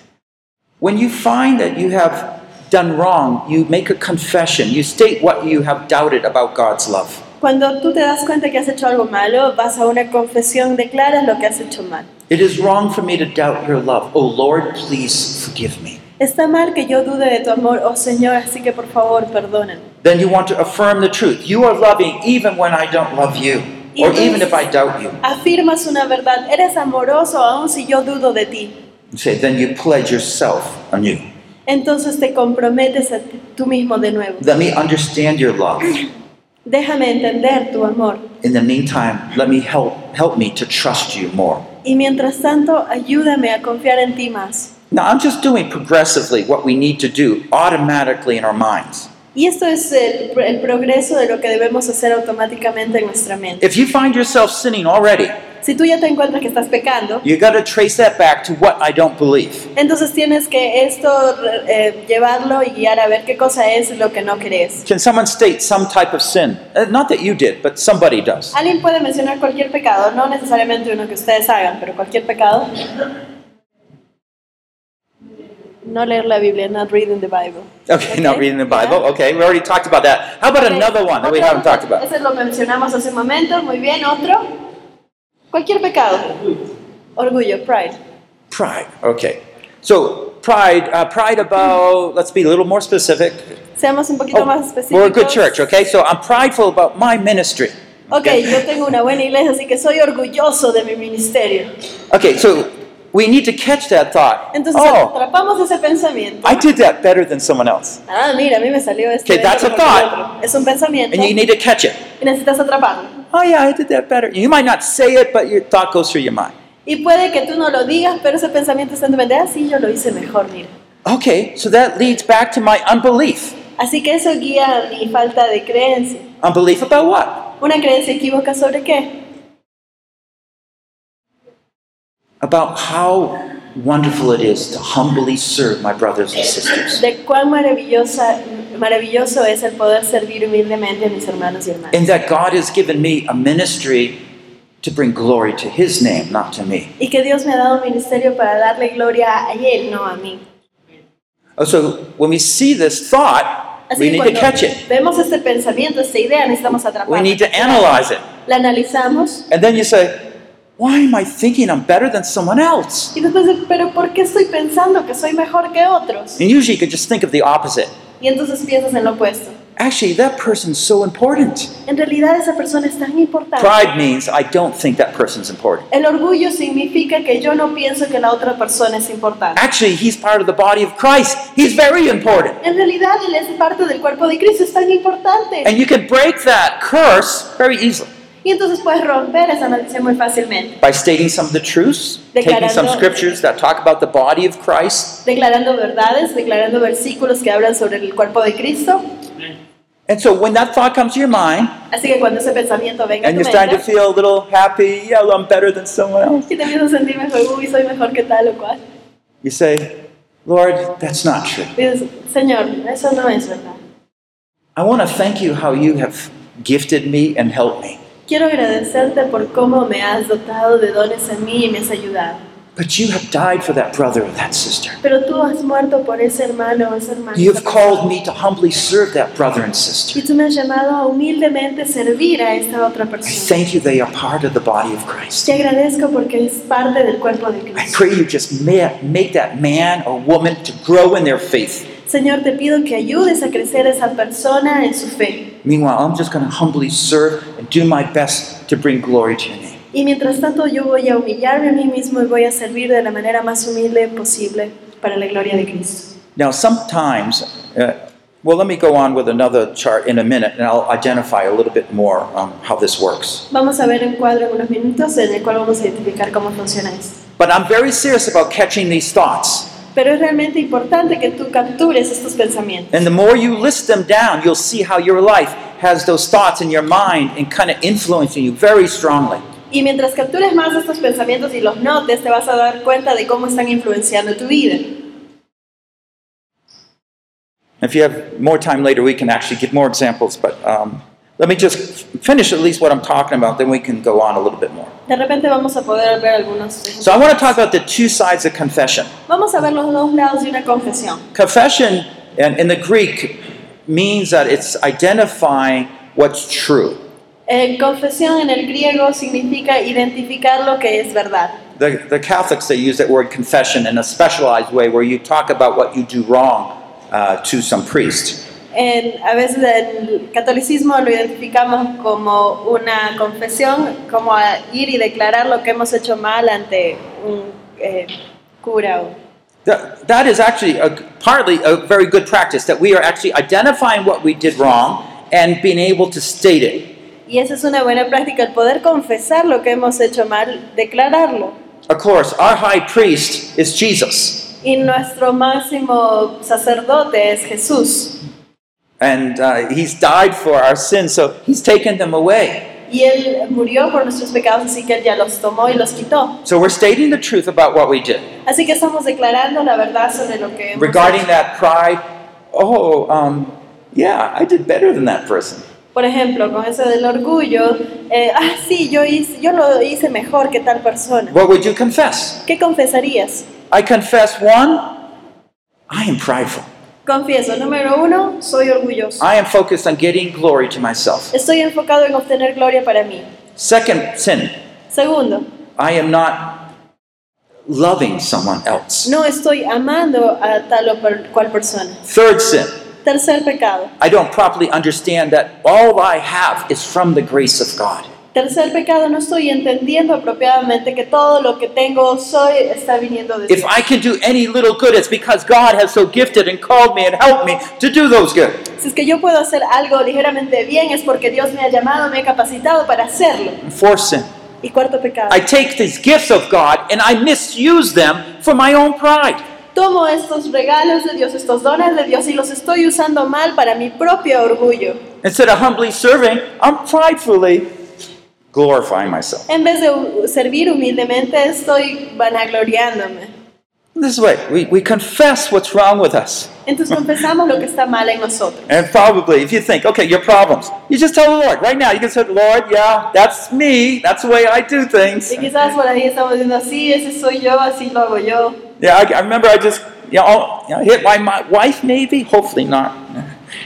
A: When you find that you have done wrong, you make a confession. You state what you have doubted about God's love.
B: Cuando tú te das cuenta que has hecho algo malo, vas a una confesión, declaras lo que has hecho mal.
A: It is wrong for me to doubt your love. Oh Lord, please forgive me.
B: Está mal que yo dude de tu amor, oh Señor, así que por favor, perdóname.
A: Then you want to affirm the truth. You are loving even when I don't love you, or even if I doubt you.
B: Afirmas una verdad, eres amoroso aun si yo dudo de ti.
A: You say, then you pledge yourself anew.
B: Entonces te comprometes a ti- tú mismo de nuevo.
A: Let me understand your love.
B: Déjame entender tu amor.
A: In the meantime, let me help help me to trust you more.
B: Y mientras tanto, ayúdame a confiar en ti más.
A: Now I'm just doing progressively what we need to do automatically in our minds.
B: Y esto es el, pro- el progreso de lo que debemos hacer automáticamente en nuestra mente.
A: If you find yourself sinning already,
B: Si tú ya te encuentras que estás pecando,
A: you got to trace that back to what I don't believe.
B: entonces tienes que esto re- eh, llevarlo y guiar a ver qué cosa es lo que no crees.
A: Can someone state some type of sin? Uh, Not that you did, but somebody does.
B: Alguien puede mencionar cualquier pecado, no necesariamente uno que ustedes hagan, pero cualquier pecado. No leer la Biblia, not reading the Bible.
A: Okay, not reading the Bible.
B: yeah.
A: Okay, we already talked about that. How about
B: Ok,
A: another one that we
B: otro-
A: haven't talked about?
B: Ese lo mencionamos hace un momento. Muy bien, otro. Cualquier pecado. Orgullo, pride.
A: Pride. Okay. So pride, uh, pride about. Let's be a little more specific.
B: Seamos un poquito
A: Oh,
B: más específicos.
A: we're a good church, okay? So I'm prideful about my ministry.
B: Ok, yo tengo una buena iglesia, así que soy orgulloso de mi ministerio.
A: Okay, so we need to catch that thought.
B: Entonces
A: Oh,
B: atrapamos ese pensamiento.
A: I did that better than someone else.
B: Ah, mira, a mí me salió este.
A: Okay, that's a
B: mejor que el
A: thought.
B: otro. Es un pensamiento.
A: And you need to catch it.
B: y necesitas atraparlo.
A: Oh, yeah, I did that better. You might not say it, but your thought goes through your mind.
B: Y puede que tú no lo digas, pero ese pensamiento está en tu mente. Ah, sí, yo lo hice mejor, mira.
A: Okay, so that leads back to my unbelief.
B: Así que eso guía mi falta de creencia.
A: Unbelief about what?
B: ¿Una creencia equívoca sobre qué?
A: About how wonderful it is to humbly serve my brothers and sisters.
B: de cuán maravillosa, maravilloso es el poder servir humildemente a mis hermanos y hermanas.
A: And that God has given me a ministry to bring glory to His name, not to me.
B: Y que Dios me ha dado un ministerio para darle gloria a Él, no a mí.
A: Oh, So when we see this thought,
B: Así
A: we
B: que
A: need to
B: cuando
A: catch it.
B: vemos este pensamiento, esta idea, necesitamos
A: We
B: atraparla.
A: need to analyze it.
B: La analizamos
A: And then you say, why am I thinking I'm better than someone else?
B: y después, de- pero ¿por qué estoy pensando que soy mejor que otros?
A: And usually you could just think of the opposite.
B: Y entonces piensas en lo opuesto.
A: Actually, that person's so important.
B: En realidad esa persona es tan importante.
A: Pride means I don't think that person's important.
B: El orgullo significa que yo no pienso que la otra persona es importante.
A: Actually, he's part of the body of Christ. He's very important.
B: En realidad él es parte del cuerpo de Cristo, es tan importante.
A: And you can break that curse very easily.
B: Y entonces puedes romper esa maldición muy fácilmente,
A: by stating some of the truths, taking some
B: Declarando-
A: scriptures that talk about the body of Christ.
B: declarando verdades, declarando versículos que hablan sobre el cuerpo de Cristo.
A: And so when that thought comes to your mind
B: Así que cuando ese pensamiento venga a
A: and
B: tu
A: you're starting to
B: mente,
A: feel a little happy, yeah, I'm better than someone else,
B: y te empiezas a sentir mejor, uy, soy mejor que tal o cual.
A: you say, Lord, that's not true.
B: Y dices, Señor, eso no es verdad.
A: I want to thank you how you have gifted me and helped me.
B: Quiero agradecerte por cómo me has dotado de dones en mí y me has ayudado.
A: But you have died for that brother or that sister.
B: Pero tú has muerto por ese hermano o esa hermana.
A: You have called me to humbly serve that brother and sister.
B: Y tú me has llamado a humildemente servir a esta otra
A: I
B: persona.
A: thank you they are part of the body of Christ.
B: Te agradezco porque es parte del cuerpo de
A: I
B: Cristo.
A: pray you just ma- make that man or woman to grow in their faith.
B: Señor, te pido que ayudes a crecer a esa persona en su fe.
A: Meanwhile, I'm just going to humbly serve and do my best to bring glory to your name.
B: Y mientras tanto yo voy a humillarme a mí mismo y voy a servir de la manera más humilde posible para la gloria de Cristo.
A: Now, sometimes, uh, well, let me go on with another chart in a minute and I'll identify a little bit more um, how this works.
B: Vamos a ver un cuadro en unos minutos en el cual vamos a identificar cómo funciona esto.
A: But I'm very serious about catching these thoughts.
B: Pero es realmente importante que tú captures estos pensamientos.
A: And the more you list them down, you'll see how your life has those thoughts in your mind and kind of influencing you very strongly.
B: Y mientras captures más estos pensamientos y los notes, te vas a dar cuenta de cómo están influenciando tu vida.
A: If you have more time later, we can actually give more examples, but um, let me just finish at least what I'm talking about, then we can go on a little bit more.
B: De repente vamos a poder ver algunos. ejemplos.
A: So I want to talk about the two sides of confession.
B: Vamos a ver los dos lados de una confesión.
A: Confession in, in the Greek means that it's identifying what's true.
B: Eh, confesión en el griego significa identificar lo que es verdad.
A: The, the Catholics, they use that word confession in a specialized way where you talk about what you do wrong uh, to some priest.
B: En- a veces el catolicismo lo identificamos como una confesión, como a ir y declarar lo que hemos hecho mal ante un eh, cura. o-
A: That, that is actually a, partly a very good practice that we are actually identifying what we did wrong and being able to state it.
B: Y esa es una buena práctica, el poder confesar lo que hemos hecho mal, declararlo.
A: Of course, our high priest is Jesus,
B: Y nuestro máximo sacerdote es Jesús.
A: and uh, he's died for our sins, so he's taken them away.
B: Y Él murió por nuestros pecados, así que Él ya los tomó y los quitó.
A: So we're stating the truth about what we did.
B: Así que estamos declarando la verdad sobre lo que hemos
A: Regarding
B: hecho.
A: that pride, oh, um, yeah, I did better than that person.
B: Por ejemplo, con eso del orgullo, eh, ah, sí, yo, hice, yo lo hice mejor que tal persona.
A: What would you confess?
B: ¿Qué confesarías?
A: I confess one, I am prideful.
B: Confieso, número uno, soy orgulloso.
A: I am focused on getting glory to myself.
B: Estoy enfocado en obtener gloria para mí.
A: Second sin,
B: Segundo,
A: I am not loving someone else.
B: no estoy amando a tal o per- cual persona.
A: Third sin,
B: Tercer pecado.
A: I don't properly understand that all I have is from the grace of God.
B: Tercer pecado, no estoy entendiendo apropiadamente que todo lo que tengo, soy, está viniendo de
A: If
B: Dios.
A: I can do any little good, it's because God has so gifted and called me and helped me to do those good.
B: Si es que yo puedo hacer algo ligeramente bien, es porque Dios me ha llamado, me ha capacitado para hacerlo.
A: And fourth sin,
B: Y cuarto pecado.
A: I take these gifts of God and I misuse them for my own pride.
B: Tomo estos regalos de Dios, estos dones de Dios y los estoy usando mal para mi propio orgullo.
A: Instead of humbly serving, I'm pridefully glorifying myself.
B: En vez de hu- servir humildemente, estoy vanagloriándome.
A: This way, we, we confess what's wrong with us.
B: Entonces confesamos lo que está mal en nosotros.
A: And probably, if you think, okay, your problems, you just tell the Lord right now. You can say, Lord, yeah, that's me. That's the way I do things.
B: Y quizás por ahí estamos diciendo, así, ese soy yo, así lo hago yo.
A: Yeah, I, I remember I just you know, oh, you know, hit my, my wife, maybe. Hopefully not.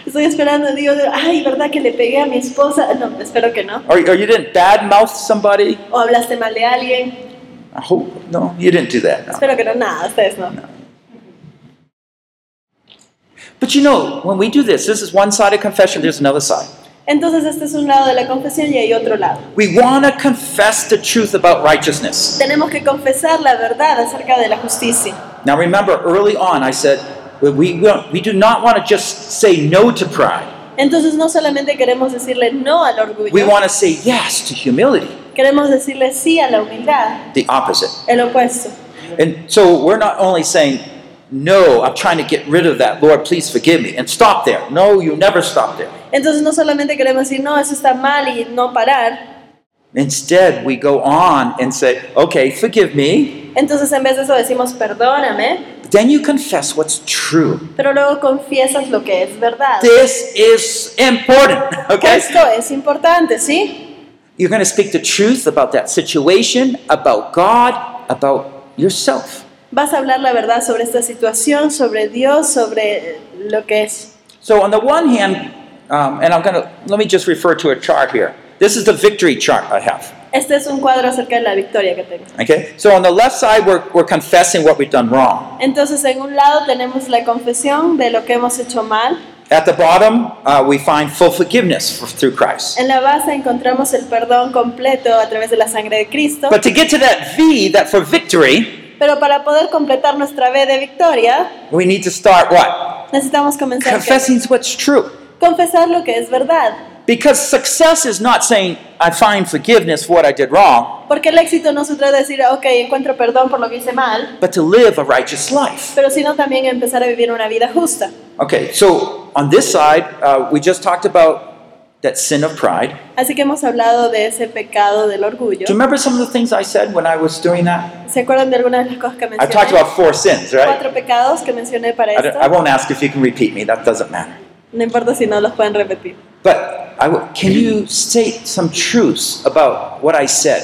B: Estoy esperando a Dios, ay, ¿verdad que le pegué a mi esposa? No, espero que no.
A: Or, or you didn't badmouth somebody.
B: ¿O hablaste mal de alguien?
A: I hope no, you didn't do that. No.
B: Espero que no, nada, ustedes no.
A: But you know, when we do this, this is one side of confession. There's another side.
B: Entonces este es un lado de la confesión y hay otro lado.
A: We want to confess the truth about righteousness.
B: Tenemos que confesar la verdad acerca de la justicia.
A: Now, remember, early on, I said we we, we do not want to just say no to pride.
B: Entonces no solamente queremos decirle no al
A: We
B: orgullo,
A: want to say yes to humility,
B: queremos decirle sí a la humildad,
A: the opposite.
B: el opuesto.
A: And so we're not only saying, No, I'm trying to get rid of that. Lord, please forgive me. And stop there. No, you never stop there.
B: Entonces no solamente queremos decir no, eso está mal y no parar.
A: Instead, we go on and say, Okay, forgive me.
B: Entonces en vez de eso decimos perdóname,
A: Then you confess what's true.
B: pero luego confiesas lo que es verdad.
A: This is important, okay?
B: Esto es importante, ¿sí?
A: You're going to speak the truth about that situation, about God, about yourself.
B: Vas a hablar la verdad sobre esta situación, sobre Dios, sobre lo que es.
A: So on the one hand, um, and I'm going to let me just refer to a chart here. This is the victory chart I have.
B: Este es un cuadro acerca de la victoria que tengo.
A: Okay, so on the left side, we're, we're confessing what we've done wrong.
B: Entonces en un lado tenemos la confesión de lo que hemos hecho mal,
A: At the bottom, uh, we find full forgiveness f through Christ.
B: en la base encontramos el perdón completo a través de la sangre de Cristo,
A: But to get to that V, that for victory,
B: pero para poder completar nuestra B de victoria,
A: we need to start what?
B: Necesitamos comenzar
A: Confessing what's true.
B: a confesar lo que es verdad,
A: Because success is not saying, I find forgiveness for what I did wrong,
B: porque el éxito no se trata de decir, ok, encuentro perdón por lo que hice mal,
A: but to live a righteous life.
B: pero sino también empezar a vivir una vida justa.
A: Okay, so on this side, uh, we just talked about that sin of pride.
B: Así que hemos hablado de ese pecado del orgullo.
A: Do you remember some of the things I said when I was doing that?
B: ¿Se acuerdan de algunas de las cosas que
A: I talked
B: mencioné?
A: about four sins, right?
B: Cuatro pecados que mencioné para
A: I, don't- I
B: esto.
A: won't ask if you can repeat me, that doesn't matter.
B: No importa si no los pueden repetir.
A: But I w- can you state some truths about what I said?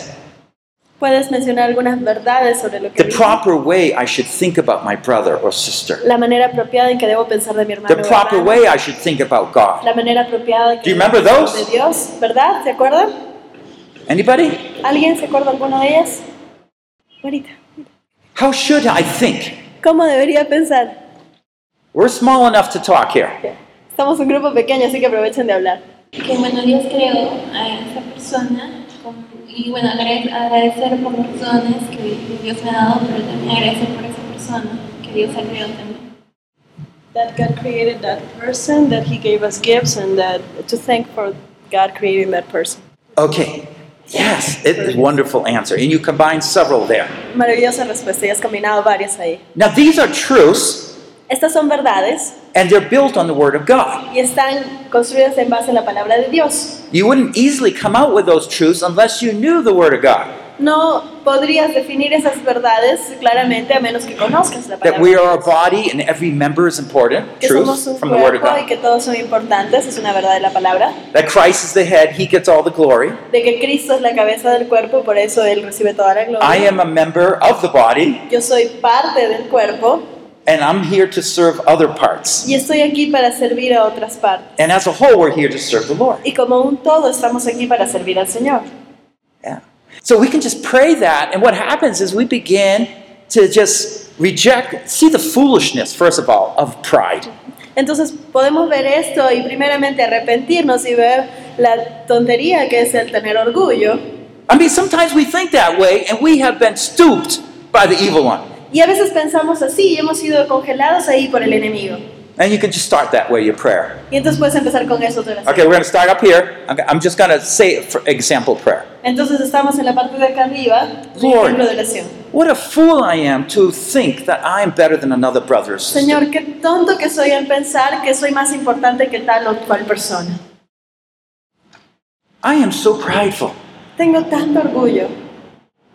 B: Puedes mencionar algunas verdades sobre lo que
A: The
B: dije.
A: proper way I should think about my brother or sister.
B: la manera apropiada en que debo pensar de mi hermano.
A: The
B: o
A: proper
B: hermana.
A: way I should think about God.
B: La manera apropiada en que
A: Do you remember
B: debo
A: those?
B: de Dios, ¿verdad? ¿Se acuerdan?
A: Anybody?
B: ¿Alguien se acuerda alguna de ellas? Marita.
A: How should I think?
B: ¿Cómo debería pensar?
A: We're small enough to talk here.
B: Estamos un grupo pequeño, así que aprovechen de hablar.
C: que bueno Dios creó a esa persona con- y bueno agrade- agradecer por los dones que Dios me ha dado pero también agradecer por esa persona que Dios ha creado también
B: That God created that person, that He gave us gifts, and that to thank for God creating that person.
A: Okay. Yes, it is a wonderful answer. And you combine several there.
B: Maravillosa respuesta, ya has combinado varias ahí.
A: Now, these are truths,
B: Estas son verdades
A: and they're built on the Word of God.
B: y están construidas en base a la palabra de Dios.
A: You wouldn't easily come out with those truths unless you knew the Word of God.
B: No podrías definir esas verdades claramente a menos que conozcas la
A: That
B: palabra.
A: we are a body and every member is important.
B: que somos
A: Truths
B: un
A: from the Word of
B: cuerpo y
A: God.
B: que todos son importantes, es una verdad de la palabra.
A: That Christ is the head, He gets all the glory.
B: De que Cristo es la cabeza del cuerpo, por eso Él recibe toda la gloria.
A: I am a member of the body,
B: Yo soy parte del cuerpo
A: and I'm here to serve other parts.
B: y estoy aquí para servir a otras partes.
A: And as a whole, we're here to serve the Lord.
B: Y como un todo estamos aquí para servir al Señor.
A: Yeah. So we can just pray that, and what happens is we begin to just reject, see the foolishness, first of all, of pride.
B: Entonces podemos ver esto y primeramente arrepentirnos y ver la tontería que es el tener orgullo.
A: I mean, sometimes we think that way, and we have been stooped by the evil one.
B: Y a veces pensamos así y hemos sido congelados ahí por el enemigo.
A: And you can just start that way, your prayer.
B: Y entonces puedes empezar con eso de
A: Okay, we're going to start up here. Okay, I'm just going to say, for example, prayer.
B: Entonces estamos en la parte de acá arriba, un
A: Lord.
B: ejemplo de oración.
A: What a fool I am to think that I am better than another brother or sister.
B: Señor, qué tonto que soy en pensar que soy más importante que tal o cual persona.
A: I am so prideful.
B: Tengo tanto orgullo.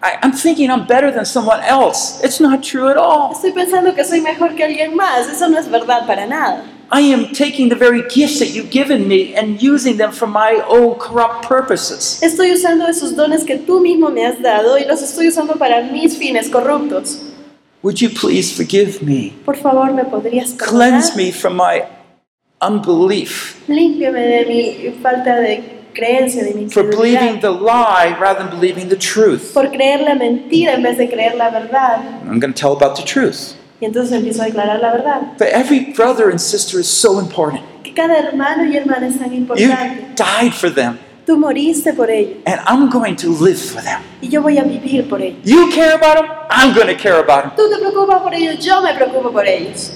A: I, I'm thinking I'm better than someone else. It's not true at all.
B: Estoy pensando que soy mejor que alguien más. Eso no es verdad para nada.
A: I am taking the very gifts that you've given me and using them for my own corrupt purposes.
B: Estoy usando esos dones que tú mismo me has dado y los estoy usando para mis fines corruptos.
A: Would you please forgive me?
B: Por favor, ¿me podrías perdonar?
A: Cleanse me from my unbelief,
B: Límpiame de mi falta de creencia, de mi
A: for believing
B: incredulidad.
A: the lie rather than believing the truth.
B: Por creer la mentira en vez de creer la verdad.
A: I'm going to tell about the truth.
B: Y entonces empiezo a declarar la verdad.
A: But every brother and sister is so important.
B: Que cada hermano y hermana es tan
A: You
B: importante.
A: died for them,
B: Tú moriste por ello
A: and I'm going to live for them.
B: y yo voy a vivir por ello.
A: You care about them, I'm going to care about them.
B: Tú te preocupas por ellos, yo me preocupo por ellos.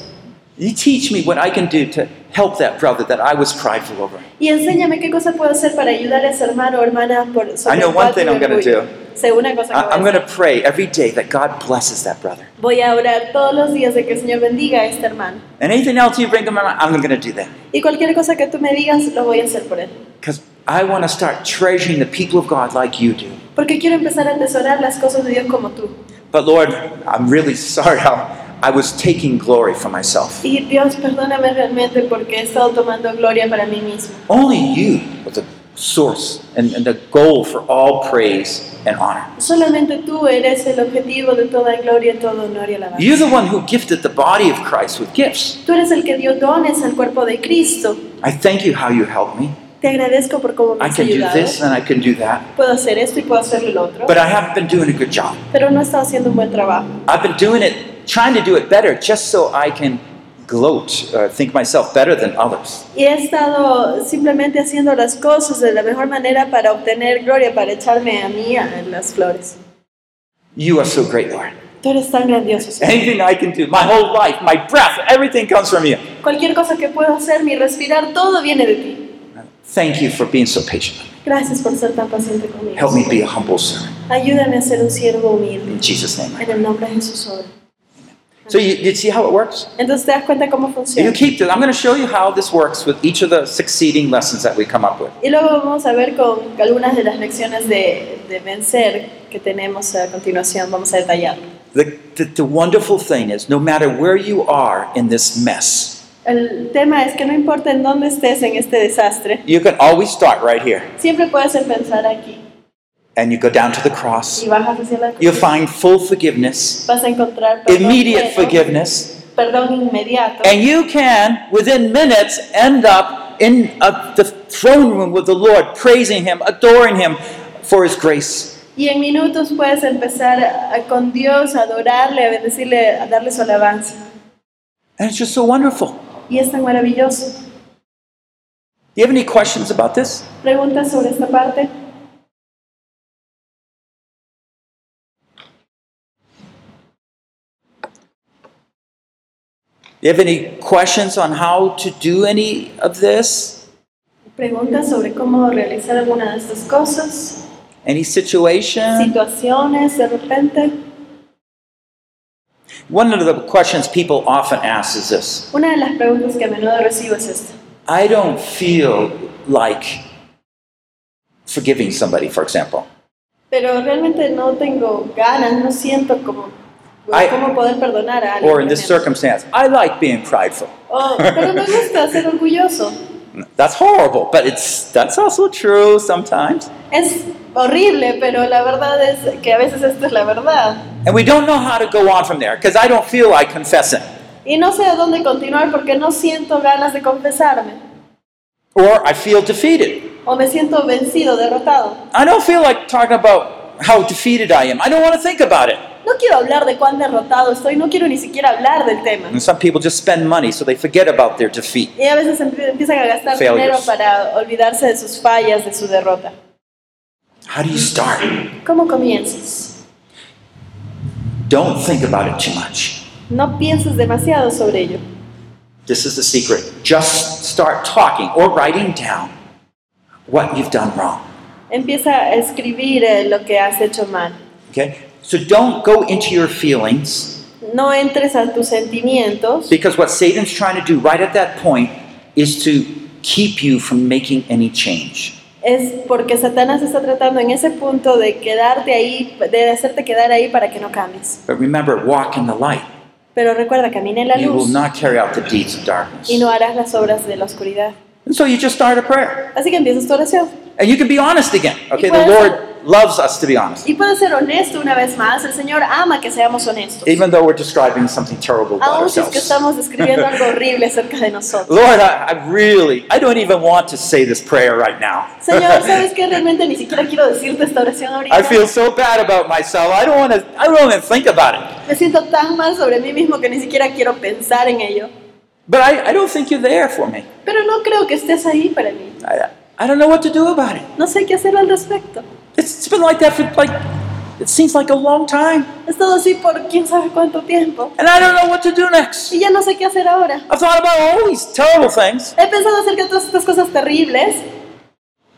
A: You teach me what I can do to help that brother that I was prideful over.
B: Y enséñame qué cosa puedo hacer para ayudar a ese hermano o hermana por sobre
A: I know
B: el cual
A: one thing
B: tuve
A: I'm gonna
B: orgullo.
A: do.
B: Sé una cosa que
A: I- I'm
B: voy, a
A: going
B: hacer.
A: to pray every day that God blesses that brother.
B: Voy a orar todos los días de que el Señor bendiga a este hermano.
A: And anything else you bring to my mind, I'm going to do that.
B: Y cualquier cosa que tú me digas, lo voy a hacer por él.
A: Because I want to start treasuring the people of God like you do.
B: Porque quiero empezar a atesorar las cosas de Dios como tú.
A: But Lord, I'm really sorry how I was taking glory for myself.
B: Y Dios, perdóname realmente porque he estado tomando gloria para mí mismo.
A: Only you are the source and, and the goal for all praise and honor.
B: Solamente tú eres el objetivo de toda gloria, todo honor y alabanza.
A: You're the one who gifted the body of Christ with gifts.
B: Tú eres el que dio dones al cuerpo de Cristo.
A: I thank you how you helped me.
B: Te agradezco por cómo me
A: I
B: has
A: can do
B: ayudado.
A: this and I can do that.
B: Puedo hacer esto y puedo hacer lo otro.
A: But I haven't been doing a good job.
B: pero no he estado haciendo un buen trabajo.
A: I've been doing it, trying to do it better just so I can gloat or think myself better than others.
B: Y he estado simplemente haciendo las cosas de la mejor manera para obtener gloria, para echarme a mí a las flores.
A: You are so great, Lord.
B: Tú eres tan grandioso. Señor.
A: Anything I can do, my whole life, my breath, everything comes from you.
B: Cualquier cosa que puedo hacer, mi respirar, todo viene de ti.
A: Thank you for being so patient.
B: Gracias por ser tan paciente conmigo.
A: Help me be a humble servant.
B: Ayúdame a ser un siervo humilde.
A: In Jesus' name.
B: En el nombre de Jesús oro.
A: So you, you see how it works?
B: Entonces te das cuenta cómo
A: You
B: funciona.
A: keep this. I'm going to show you how this works with each of the succeeding lessons that we come up with.
B: Y luego vamos a ver con algunas de las lecciones de, de vencer que tenemos a continuación. Vamos a detallar.
A: The, the, the wonderful thing is, no matter where you are in this mess,
B: El tema es que no importa en dónde estés en este desastre,
A: you can always start right here.
B: siempre puedes empezar aquí
A: And you go down to the cross.
B: y bajas hacia la
A: You'll
B: cruz.
A: find full forgiveness,
B: Vas a encontrar perdón,
A: immediate
B: pleno,
A: forgiveness.
B: perdón inmediato.
A: And you can, within minutes, end up in a, the throne room with the Lord, praising Him, adoring Him for His grace.
B: Y en minutos puedes empezar a- con Dios, a adorarle, a bendecirle, a darle su alabanza.
A: And it's just so wonderful.
B: Y es tan maravilloso.
A: Do you have any questions about this?
B: ¿Preguntas sobre esta parte?
A: Do you have any questions on how to do any of this?
B: ¿Preguntas sobre cómo realizar alguna de estas cosas?
A: Any situation?
B: ¿Situaciones de repente?
A: One of the questions people often ask is this
B: Una de las preguntas que a menudo recibo es esta.
A: I don't feel like forgiving somebody, for example.
B: Pero realmente no tengo ganas, no siento como
A: Ay.
B: cómo poder perdonar a alguien.
A: Or in this
B: por ejemplo.
A: circumstance, I like being prideful.
B: Oh, pero me gusta ser orgulloso.
A: That's horrible, but it's that's also true sometimes.
B: Es horrible, pero la verdad es que a veces esto es la verdad.
A: And we don't know how to go on from there because I don't feel like confessing.
B: Y no sé a dónde continuar porque no siento ganas de confesarme.
A: Or I feel defeated.
B: O me siento vencido, derrotado.
A: I don't feel like talking about how defeated I am. I don't want to think about it.
B: No quiero hablar de cuán derrotado estoy, no quiero ni siquiera hablar del tema.
A: And some people just spend money so they forget about their defeat.
B: Y a veces empie- empiezan a gastar
A: Failures.
B: dinero para olvidarse de sus fallas, de su derrota.
A: How do you start?
B: ¿Cómo comienzas?
A: Don't think about it too much.
B: No pienses demasiado sobre ello.
A: This is the secret. Just start talking or writing down what you've done wrong.
B: Empieza a escribir eh, lo que has hecho mal.
A: Okay? So don't go into your feelings
B: No entres a tus sentimientos,
A: because what Satan's trying to do right at that point is to keep you from making any change.
B: es porque Satanás está tratando en ese punto de quedarte ahí, de hacerte quedar ahí para que no cambies.
A: But remember, walk in the light.
B: Pero recuerda, camina en la
A: You will
B: luz
A: not carry out the deeds of darkness.
B: y no harás las obras de la oscuridad.
A: And so you just start a prayer.
B: Así que empiezas tu oración.
A: And you can be honest again. Okay? The
B: puedes-
A: Lord loves us to be honest.
B: Y puedes ser honesto una vez más. El Señor ama que seamos honestos.
A: even though we're describing something terrible about
B: Aún si es que
A: ourselves.
B: estamos describiendo algo horrible acerca de nosotros.
A: Lord, I, I really, I don't even want to say this prayer right now.
B: Señor, ¿sabes qué? Realmente ni siquiera quiero decirte esta oración ahorita.
A: I feel so bad about myself. I don't want to, I don't even think about it.
B: Me siento tan mal sobre mí mismo que ni siquiera quiero pensar en ello.
A: But I, I don't think you're there for me.
B: Pero no creo que estés ahí para mí.
A: I, I don't know what to do about it.
B: No sé qué hacer al respecto.
A: It's, it's been like that for like It seems like a long time.
B: He estado así por quién sabe cuánto tiempo.
A: And I don't know what to do next.
B: Y ya no sé qué hacer ahora.
A: I've thought about all these terrible things.
B: He pensado acerca de todas estas cosas terribles.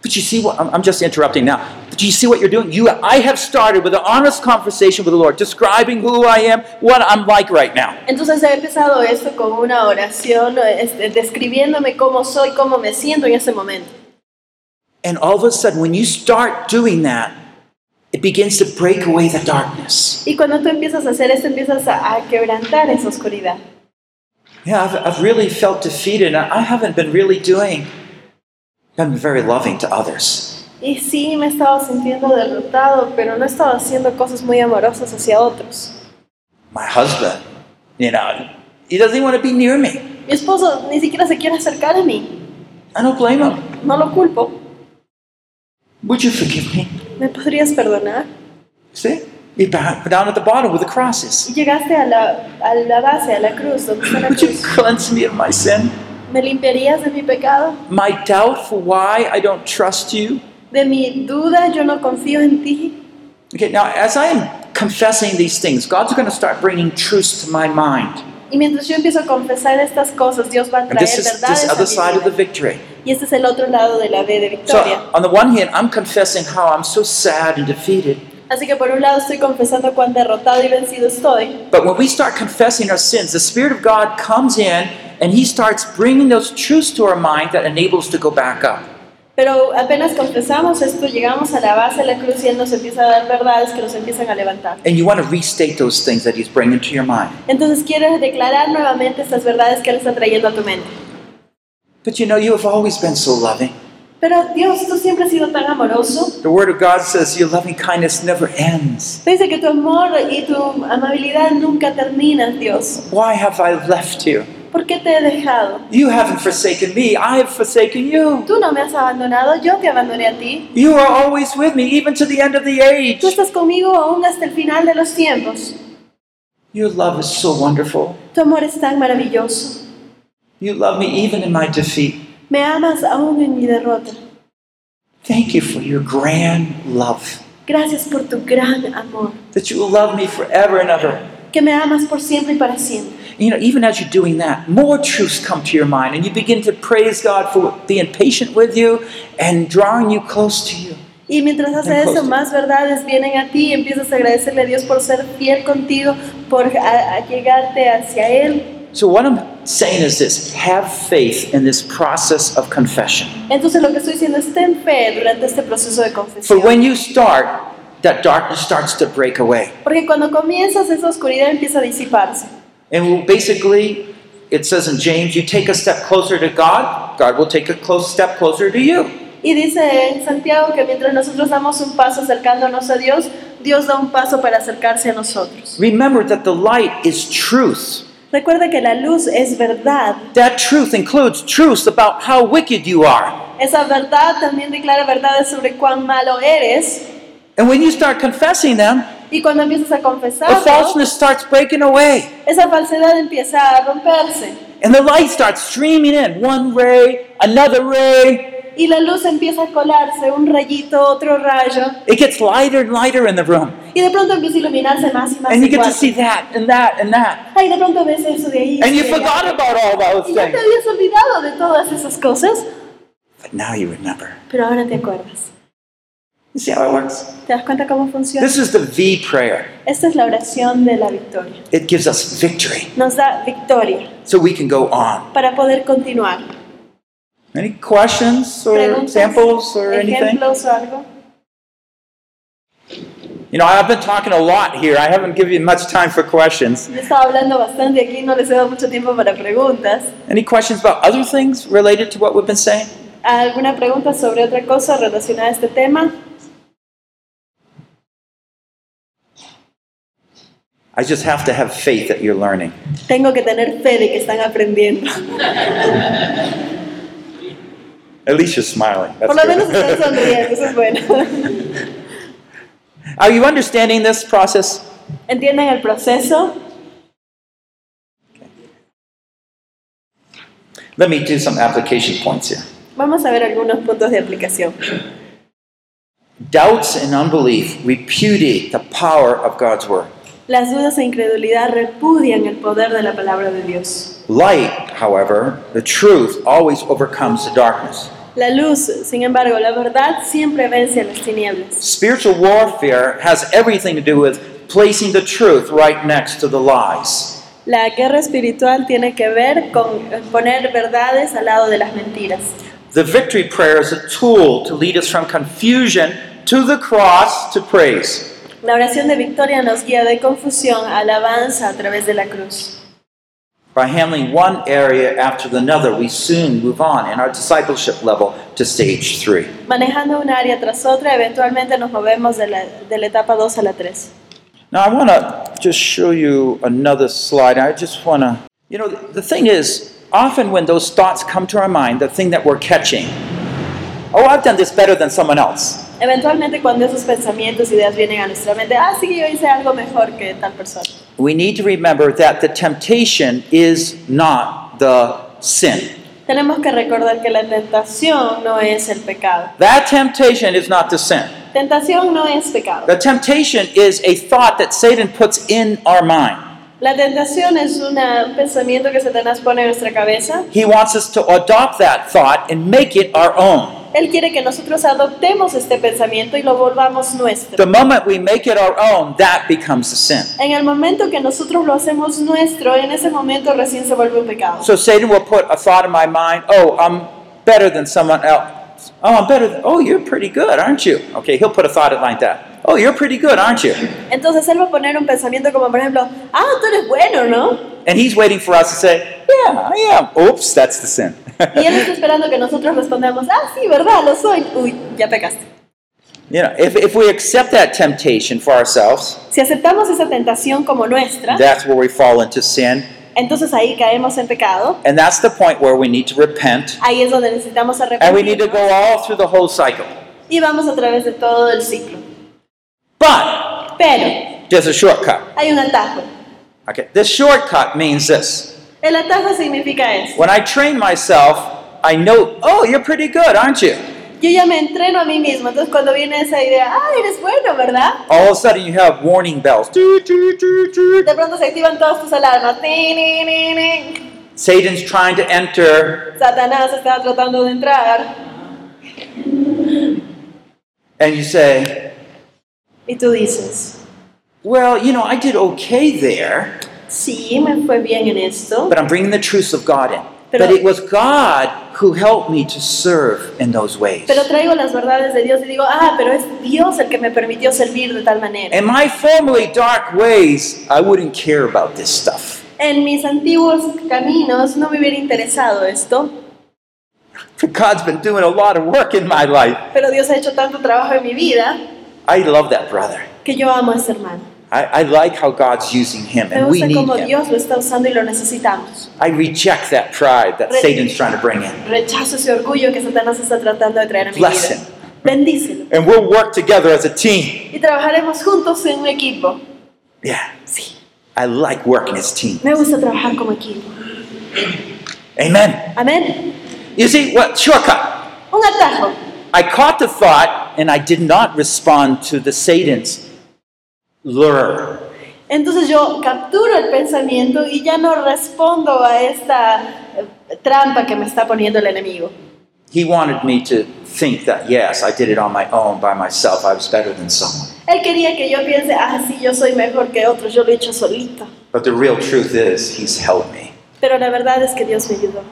A: But you see what I'm, I'm just interrupting now. But you see what you're doing? You I have started with an honest conversation with the Lord, describing who I am, what I'm like right now.
B: Entonces he empezado esto con una oración este, describiéndome cómo soy, cómo me siento en ese momento.
A: And all of a sudden, when you start doing that, it begins to break away the darkness.
B: Y cuando tú empiezas a hacer esto, empiezas a, a quebrantar esa oscuridad.
A: Yeah, I've, I've really felt defeated. I I haven't been really doing. I've been very loving to others.
B: Y sí, me he estado sintiendo derrotado, pero no he estado haciendo cosas muy amorosas hacia otros.
A: My husband, you know, he doesn't even want to be near me.
B: Mi esposo ni siquiera se quiere acercar a mí.
A: I don't blame him.
B: No lo culpo.
A: Would you forgive me?
B: ¿Me podrías perdonar?
A: See? He bowed down at the bottom with the crosses.
B: Y Llegaste a la, a la base, a la cruz, donde está la
A: Would you
B: cruz.
A: cleanse me of my sin?
B: ¿Me limpiarías de mi pecado?
A: My doubt for why I don't trust you?
B: De mi duda, yo no confío en ti.
A: Okay, now as I am confessing these things, God's going to start bringing truths to my mind.
B: Y mientras yo empiezo a confesar estas cosas, Dios va a
A: And
B: traer
A: this is this
B: verdades
A: other
B: a
A: side
B: mi
A: of the
B: vida.
A: victory.
B: Y este es el otro lado de la B de
A: So,
B: victoria.
A: on the one hand, I'm confessing how I'm so sad and defeated.
B: Así que por un lado estoy confesando cuán derrotado y vencido estoy.
A: But when we start confessing our sins, the Spirit of God comes in and He starts bringing those truths to our mind that enables to go back up.
B: Pero apenas confesamos esto, llegamos a la base de la cruz y Él nos empieza a dar verdades que nos empiezan a levantar.
A: And you want to restate those things that He's bringing to your mind.
B: Entonces quieres declarar nuevamente estas verdades que Él está trayendo a tu mente.
A: But you know, you have always been so loving.
B: Pero Dios, tú siempre has sido tan amoroso.
A: The Word of God says your loving kindness never ends.
B: Dice que tu amor y tu amabilidad nunca terminan, Dios.
A: Why have I left you?
B: ¿Por qué te he dejado?
A: You haven't forsaken me, I have forsaken you.
B: Tú no me has abandonado, yo te abandoné a ti.
A: You are always with me, even to the end of the age.
B: Tú estás conmigo aún hasta el final de los tiempos.
A: Your love is so wonderful.
B: Tu amor es tan maravilloso.
A: You love me even in my defeat.
B: Me amas aún en mi derrota.
A: Thank you for your grand love,
B: Gracias por tu gran amor,
A: that you will love me forever and ever.
B: que me amas por siempre y para siempre.
A: You know, even as you're doing that, more truths come to your mind, and you begin to praise God for being patient with you and drawing you close to you.
B: Y mientras haces eso,
A: Fantástico.
B: más verdades vienen a ti y empiezas a agradecerle a Dios por ser fiel contigo, por a- a llegarte hacia Él.
A: So, what I'm saying is this have faith in this process of confession.
B: Entonces lo que estoy diciendo es ten fe durante este proceso de
A: For
B: confesión.
A: when you start, that darkness starts to break away.
B: Porque cuando comienzas esa oscuridad empieza a disiparse.
A: And basically, it says in James, you take a step closer to God, God will take a close step closer to you.
B: Y dice en Santiago que mientras nosotros damos un paso acercándonos a Dios, Dios da un paso para acercarse a nosotros.
A: Remember that the light is truth.
B: Recuerda que la luz es verdad.
A: That truth includes truths about how wicked you are.
B: Esa verdad también declara verdades sobre cuán malo eres.
A: And when you start confessing them,
B: Y cuando empiezas a confesar,
A: the falseness starts breaking away.
B: esa falsedad empieza a romperse.
A: And the light starts streaming in one ray, another ray.
B: Y la luz empieza a colarse, un rayito, otro rayo.
A: It gets lighter and lighter in the room.
B: Y de pronto empieza a iluminarse más y más.
A: And you
B: Y
A: get to
B: más.
A: see that and that and that.
B: Ay, de pronto ves eso de ahí.
A: And you
B: eso de allá.
A: forgot about all
B: Y
A: those
B: ya te
A: things.
B: habías olvidado de todas esas cosas,
A: But now you remember.
B: pero ahora te acuerdas.
A: You see how it works?
B: ¿Te das cuenta cómo funciona?
A: This is the V prayer.
B: Esta es la oración de la victoria.
A: It gives us victory
B: Nos da victoria
A: so we can go on.
B: para poder continuar.
A: Any questions or
B: ¿Preguntas?
A: examples or anything?
B: ¿Ejemplos o algo?
A: You know, I've been talking a lot here. I haven't given you much time for questions.
B: Yo estaba hablando bastante aquí, no les he dado mucho tiempo para preguntas.
A: Any questions about other things related to what we've been saying?
B: ¿Alguna pregunta sobre otra cosa relacionada a este tema?
A: I just have to have faith that you're learning.
B: Tengo que tener fe de que están aprendiendo.
A: At least you're smiling. That's
B: Por lo
A: good.
B: menos están sonriendo, eso es bueno.
A: Are you understanding this process?
B: ¿Entienden el proceso?
A: Let me do some application points here.
B: Vamos a ver algunos puntos de aplicación.
A: Doubts and unbelief repudiate the power of God's word.
B: Las dudas e incredulidad repudian el poder de la palabra de Dios.
A: Light, however, the truth always overcomes the darkness.
B: La luz, sin embargo, la verdad siempre vence a las tinieblas.
A: Spiritual warfare has everything to do with placing the truth right next to the lies.
B: La guerra espiritual tiene que ver con poner verdades al lado de las mentiras.
A: The victory prayer is a tool to lead us from confusion to the cross to praise.
B: La oración de victoria nos guía de confusión a alabanza a través de la cruz.
A: By handling one area after another, we soon move on in our discipleship level to stage three.
B: Manejando un área tras otra, eventualmente nos movemos de la, de la etapa 2 a la 3.
A: Now, I want to just show you another slide. I just want to, you know, the thing is, often when those thoughts come to our mind, the thing that we're catching, oh, I've done this better than someone else.
B: Eventualmente cuando esos pensamientos, ideas vienen a nuestra mente, ah, sí, yo hice algo mejor que tal persona.
A: We need to remember that the temptation is not the sin.
B: Tenemos que recordar que la tentación no es el pecado.
A: That temptation is not the sin.
B: Tentación no es pecado.
A: The temptation is a thought that Satan puts in our mind.
B: La tentación es una- un pensamiento que Satanás pone en nuestra cabeza.
A: He wants us to adopt that thought and make it our own.
B: Él quiere que nosotros adoptemos este pensamiento y lo volvamos
A: The
B: nuestro.
A: moment we make it our own, that becomes a sin.
B: En el momento que nosotros lo hacemos nuestro, en ese momento recién se vuelve un pecado.
A: So Satan will put a thought in my mind, oh, I'm better than someone else. Oh, I'm better. Than, oh, you're pretty good, aren't you? Okay, he'll put a thought in like that. Oh, you're pretty good, aren't you?
B: Entonces él va a poner un pensamiento como por ejemplo, ah, tú eres bueno, ¿no?
A: And he's waiting for us to say, yeah, I am. Oops, that's the sin.
B: Y él está esperando que nosotros respondamos, ah, sí, verdad, lo soy. Uy, ya pecaste.
A: you know, if, if we accept that temptation for ourselves,
B: Si aceptamos esa tentación como nuestra,
A: that's where we fall into sin.
B: entonces ahí caemos en pecado.
A: And that's the point where we need to repent.
B: Ahí es donde necesitamos
A: And we need to
B: arrepentirnos
A: go all through the whole cycle.
B: y vamos a través de todo el ciclo.
A: But
B: Pero
A: there's a shortcut.
B: hay un atajo.
A: Okay, this shortcut means this.
B: El atajo significa eso.
A: When I train myself, I know, oh, you're pretty good, aren't you?
B: Yo ya me entreno a mí mismo, entonces cuando viene esa idea, ah, eres bueno, ¿verdad?
A: All of a sudden, you have warning bells. Toot, toot, toot, toot.
B: De pronto se activan todas tus alarmas. Ni, ni, ni, ni.
A: Satan's trying to enter,
B: Satanás está tratando de entrar.
A: and you say,
B: Y tú dices,
A: well, you know, I did okay there,
B: sí, me fue bien en esto,
A: but I'm bringing the truths of God in.
B: Pero-
A: But it was God who helped me to serve in those ways.
B: pero traigo las verdades de Dios y digo, ah, pero es Dios el que me permitió servir de tal manera.
A: In my formerly dark ways, I wouldn't care about this stuff.
B: En mis antiguos caminos no me hubiera interesado esto,
A: But God's been doing a lot of work in my life.
B: pero Dios ha hecho tanto trabajo en mi vida
A: I love that brother.
B: que yo amo a este hermano.
A: I, I like how God's using him,
B: Me
A: and we
B: gusta
A: need
B: cómo
A: him.
B: Dios lo está usando y lo necesitamos.
A: I reject that pride that
B: Re-
A: Satan's trying to bring in.
B: Rechazo ese orgullo que Satanás está tratando de traer a mi
A: Bless
B: vida.
A: him.
B: Bendícelo.
A: And we'll work together as a team.
B: Y trabajaremos juntos en un equipo.
A: Yeah. See, I like working as a team.
B: Me gusta trabajar como equipo.
A: Amen.
B: Amén.
A: You see, what shortcut?
B: Un atajo.
A: I caught the thought and I did not respond to the Satan's lure.
B: Entonces yo capturo el pensamiento y ya no respondo a esta eh, trampa que me está poniendo el enemigo.
A: He wanted me to think that, yes, I did it on my own, by myself. I was better than someone.
B: Él quería que yo piense, ah, sí, yo soy mejor que otros, yo lo he hecho solito.
A: But the real truth is, he's helped me.
B: Pero la verdad es que Dios me ayudó.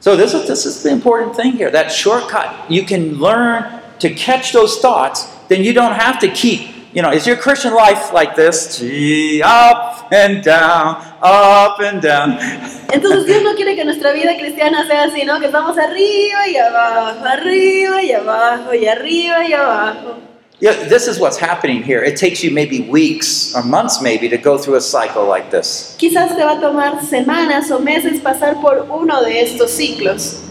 A: So this is this is the important thing here. That shortcut you can learn to catch those thoughts. Then you don't have to keep. You know, is your Christian life like this? Gee, up and down, up and down.
B: Entonces Dios no quiere que nuestra vida cristiana sea así, ¿no? Que estamos arriba y abajo, arriba y abajo, y arriba y abajo.
A: Yeah, this is what's happening here. It takes you maybe weeks or months, maybe, to go through a cycle like this.
B: Quizás te va a tomar semanas o meses pasar por uno de estos ciclos,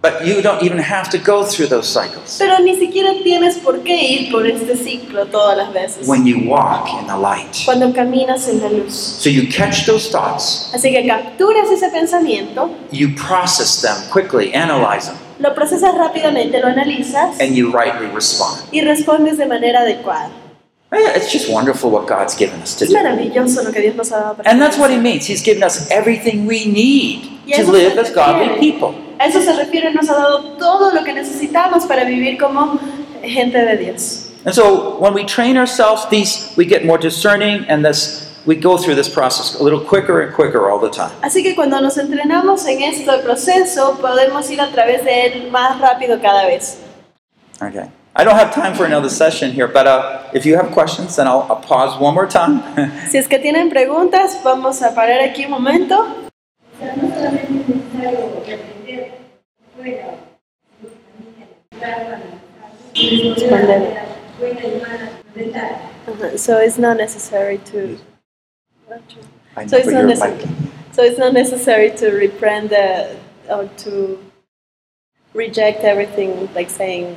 A: But you don't even have to go through those cycles
B: pero ni siquiera tienes por qué ir por este ciclo todas las veces.
A: when you walk in the light.
B: Cuando caminas en la luz.
A: So you catch those thoughts,
B: Así que capturas ese pensamiento
A: you process them quickly, analyze them,
B: lo procesas rápidamente, lo analizas
A: and you rightly respond.
B: y respondes de manera adecuada.
A: Eh, It's just wonderful what God's given us to
B: Es
A: do.
B: maravilloso lo que Dios nos ha dado para
A: And that's what He
B: hacer.
A: means. He's given us everything we need
B: Y a
A: to
B: eso
A: live
B: se
A: as godly
B: refiere.
A: people.
B: A eso se refiere, nos ha dado todo lo que necesitamos para vivir como gente de Dios.
A: And so when we train ourselves, these we get more discerning, and this we go through this process a little quicker and quicker all the time.
B: Así que cuando nos entrenamos en este proceso, podemos ir a través de él más rápido cada vez.
A: Okay. I don't have time for another session here, but uh, if you have questions, then I'll, I'll pause one more time.
B: Si es que tienen preguntas, vamos a parar aquí un momento.
D: O sea, no solamente es necesario aprender pues, fuera, sino también en la
B: Responder.
D: vida, de la buena y mala mental.
B: Ajá, So it's not necessary to.
A: I
B: So it's
A: put
B: not
A: your
B: necessary.
A: mic-
B: So it's not necessary to reprend the, or to reject everything, like saying,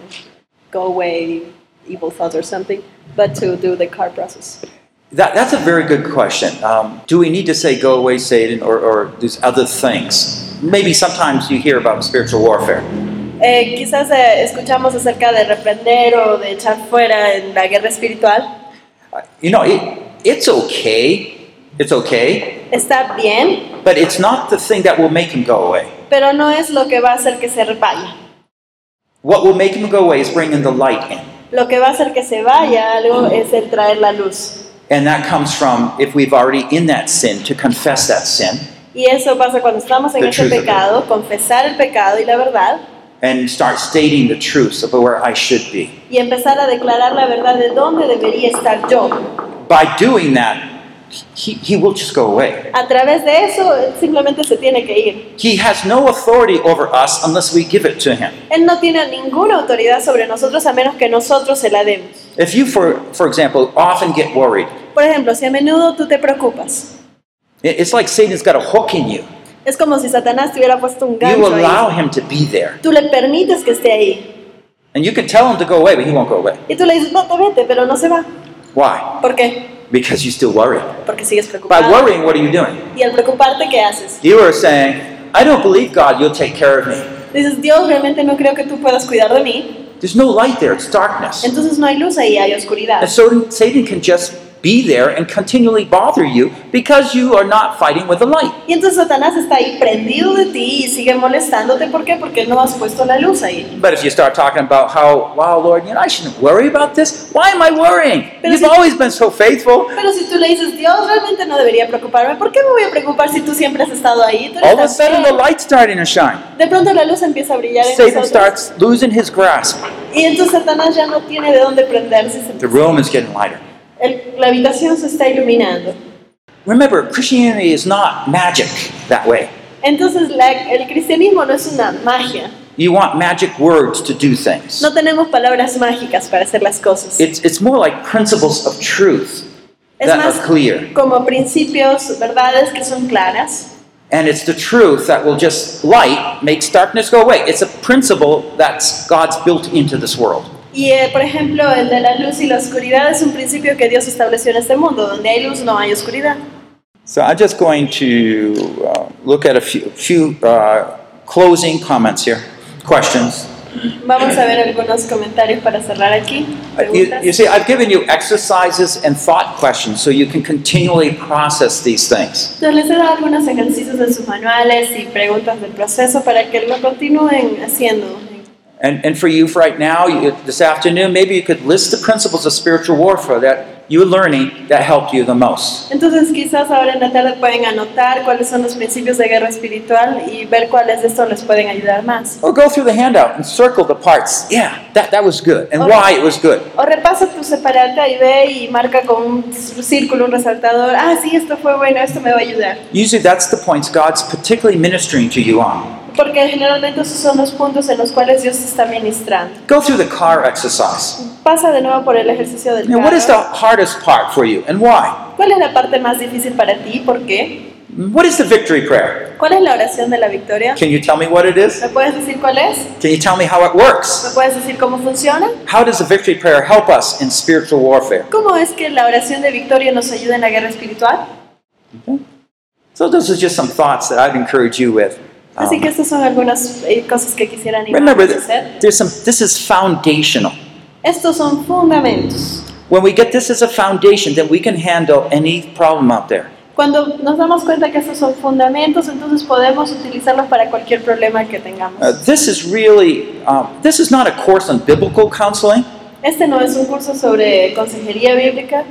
B: "Go away, evil thoughts" or something, but to do the car process.
A: That, that's a very good question. Um, do we need to say go away, Satan, or, or these other things? Maybe sometimes you hear about spiritual warfare.
B: Eh, quizás eh, escuchamos acerca de reprender o de echar fuera en la guerra espiritual.
A: Uh, You know, it, it's okay. It's okay.
B: Está bien,
A: But it's not the thing that will make him go away.
B: pero no es lo que va a hacer que se vaya.
A: What will make him go away is bringing the light in.
B: Lo que va a hacer que se vaya algo es el traer la luz.
A: And that comes from if we've already in that sin, to confess that sin
B: Y eso pasa cuando estamos en
A: The
B: ese
A: truth of it.
B: pecado, confesar el pecado y la verdad,
A: and start stating the truths of where I should be.
B: y empezar a declarar la verdad de dónde debería estar yo.
A: By doing that, he, he will just go away.
B: A través de eso, él simplemente se tiene que ir.
A: He has no authority over us unless we give it to him.
B: Él no tiene ninguna autoridad sobre nosotros a menos que nosotros se la demos.
A: If you, for, for example, often get worried,
B: Por ejemplo, si a menudo tú te preocupas,
A: it- it's like Satan's got a hook in you.
B: es como si Satanás te hubiera puesto un
A: You
B: gancho ahí.
A: allow him to be there.
B: Tú le permites que esté ahí.
A: And you can tell him to go away, but he won't go away.
B: Y tú le dices, no, te vete, pero no se va.
A: Why?
B: ¿Por qué?
A: Because you still worry.
B: Porque sigues
A: By
B: preocupado.
A: worrying, what are you doing?
B: Y al preocuparte, ¿qué haces?
A: You are saying, I don't believe God, you'll take care of me.
B: Dices, Dios, realmente no creo que tú puedas cuidar de mí.
A: There's no light there, it's darkness.
B: Entonces no hay luz ahí, hay oscuridad.
A: And so Satan can just be there and continually bother you because you are not fighting with the light.
B: Y entonces Satanás está ahí prendido de ti y sigue molestándote. ¿Por qué? Porque no has puesto la luz ahí.
A: But if you start talking about how, wow, Lord, you know, I shouldn't worry about this. Why am I worrying?
B: Pero
A: You've
B: si-
A: always been so faithful.
B: Pero si tú le dices, Dios, realmente no debería preocuparme, ¿por qué me voy a preocupar si tú siempre has estado ahí? Tú eres
A: All of a
B: tan
A: sudden,
B: fiel".
A: the light's starting to shine.
B: De pronto la luz empieza a brillar en
A: Satan
B: nosotros.
A: starts losing his grasp.
B: Y entonces Satanás ya no tiene de dónde prenderse.
A: The room is getting lighter.
B: El- la habitación se está iluminando.
A: Remember, Christianity is not magic that way.
B: Entonces la- el cristianismo no es una magia.
A: You want magic words to do things.
B: No tenemos palabras mágicas para hacer las cosas.
A: It's, it's more like principles of truth
B: es
A: that
B: más
A: are clear.
B: como principios, verdades que son claras.
A: And it's the truth that will just light makes darkness go away. It's a principle that's God's built into this world.
B: Y eh, por ejemplo, el de la luz y la oscuridad es un principio que Dios estableció en este mundo. Donde hay luz no hay oscuridad.
A: So I'm just going to uh, look at a few, few uh, closing comments here, questions.
B: Vamos a ver algunos comentarios para cerrar aquí.
A: Uh, You,
B: Preguntas.
A: you see, I've given you exercises and thought questions so you can continually process these things.
B: Entonces les he dado algunos ejercicios de sus manuales y preguntas del proceso para que lo continúen haciendo.
A: And, and for you, for right now, you, this afternoon, maybe you could list the principles of spiritual warfare that you're learning that helped you the most.
B: Entonces quizás ahora en la tarde pueden anotar cuáles son los principios de guerra espiritual y ver cuáles de estos les pueden ayudar más.
A: Or go through the handout and circle the parts. Yeah, that, that was good, and
B: Okay.
A: why it was good.
B: O repasa tu separata y ve y marca con un círculo, un resaltador. Ah, sí, esto fue bueno, esto me va a ayudar.
A: Usually, that's the points God's particularly ministering to you on.
B: Porque generalmente esos son los puntos en los cuales Dios te está ministrando.
A: Go through the car exercise.
B: Pasa de nuevo por el ejercicio del
A: Now, what is the
B: carro.
A: hardest part for you, and why?
B: ¿Cuál es la parte más difícil para ti? ¿Por qué?
A: What is the victory prayer?
B: ¿Cuál es la oración de la victoria?
A: Can you tell me what it is?
B: ¿Me puedes decir cuál es?
A: Can you tell me how it works?
B: ¿Me puedes decir cómo funciona?
A: How does the victory prayer help us in spiritual warfare?
B: ¿Cómo es que la oración de victoria nos ayuda en la guerra espiritual?
A: So, those are just some thoughts that I'd encourage you with. Um,
B: Así que estas son algunas eh, cosas que quisiera animarlos
A: Remember,
B: a hacer.
A: that there's some, this is foundational.
B: Estos son fundamentos.
A: When we get this as a foundation, then we can handle any problem out there.
B: Cuando nos damos cuenta que estos son fundamentos, entonces podemos utilizarlos para cualquier problema que tengamos.
A: Uh, this is really, um, this is not a course on biblical counseling.
B: Este no es un curso sobre consejería bíblica.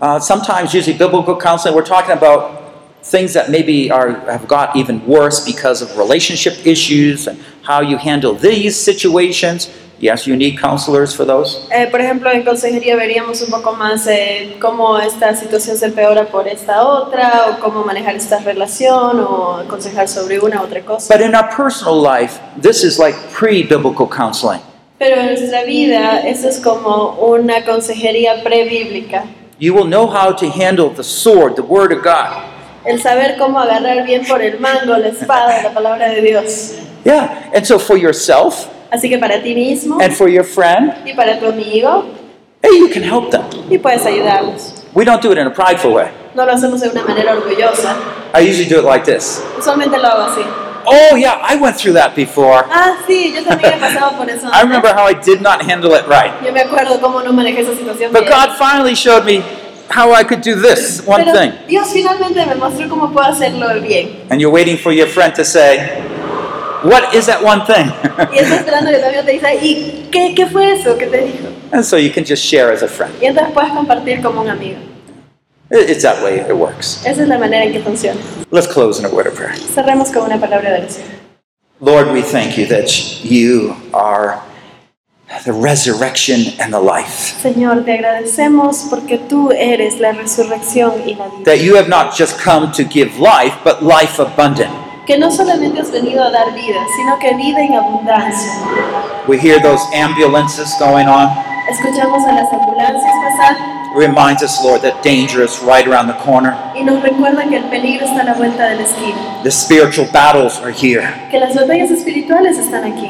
A: Uh, sometimes, usually, biblical counseling, we're talking about things that maybe are, have got even worse because of relationship issues and how you handle these situations. Yes, you need counselors for those.
B: Eh, por ejemplo, en consejería veríamos un poco más eh, cómo esta situación se empeora por esta otra, o cómo manejar esta relación, o aconsejar sobre una u otra cosa.
A: But in our personal life, this is like pre biblical counseling.
B: Pero en nuestra vida, eso es como una consejería prebíblica.
A: You will know how to handle the sword, the Word of God.
B: El saber cómo agarrar bien por el mango, la espada, la palabra de Dios.
A: Yeah, and so for yourself
B: Así que para ti mismo
A: and for your friend,
B: y para tu amigo,
A: hey, you can help them.
B: y puedes ayudarlos.
A: We don't do it in a prideful way.
B: No lo hacemos de una manera orgullosa,
A: I usually do it like this
B: usualmente lo hago así.
A: Oh, yeah, I went through that before.
B: Ah, sí, yo también he pasado por eso.
A: I remember how I did not handle it right.
B: Yo me acuerdo cómo no manejé esa situación.
A: But
B: bien.
A: God finally showed me how I could do this one
B: Pero
A: thing.
B: Dios finalmente me mostró cómo puedo hacerlo bien.
A: And you're waiting for your friend to say, What is that one
B: Y está
A: thing?
B: esperando que también te dice, ¿y qué, qué fue eso que te dijo?
A: and so you can just share as a friend.
B: Y entonces puedes compartir como un amigo.
A: It- It's that way it works.
B: Esa es la manera en que funciona.
A: Let's close in a word of prayer.
B: Cerremos con una palabra de oración.
A: Lord, we thank you that you are the resurrection and the life.
B: Señor, te agradecemos porque tú eres la resurrección y la vida.
A: That you have not just come to give life, but life abundant.
B: Que no solamente has venido a dar vida, sino que vida en abundancia.
A: We hear those ambulances going on.
B: Escuchamos a las ambulancias pasar
A: It reminds us, Lord, that danger is right around the corner.
B: y nos recuerdan que el peligro está a la vuelta de la esquina,
A: The spiritual battles are here.
B: que las batallas espirituales están aquí,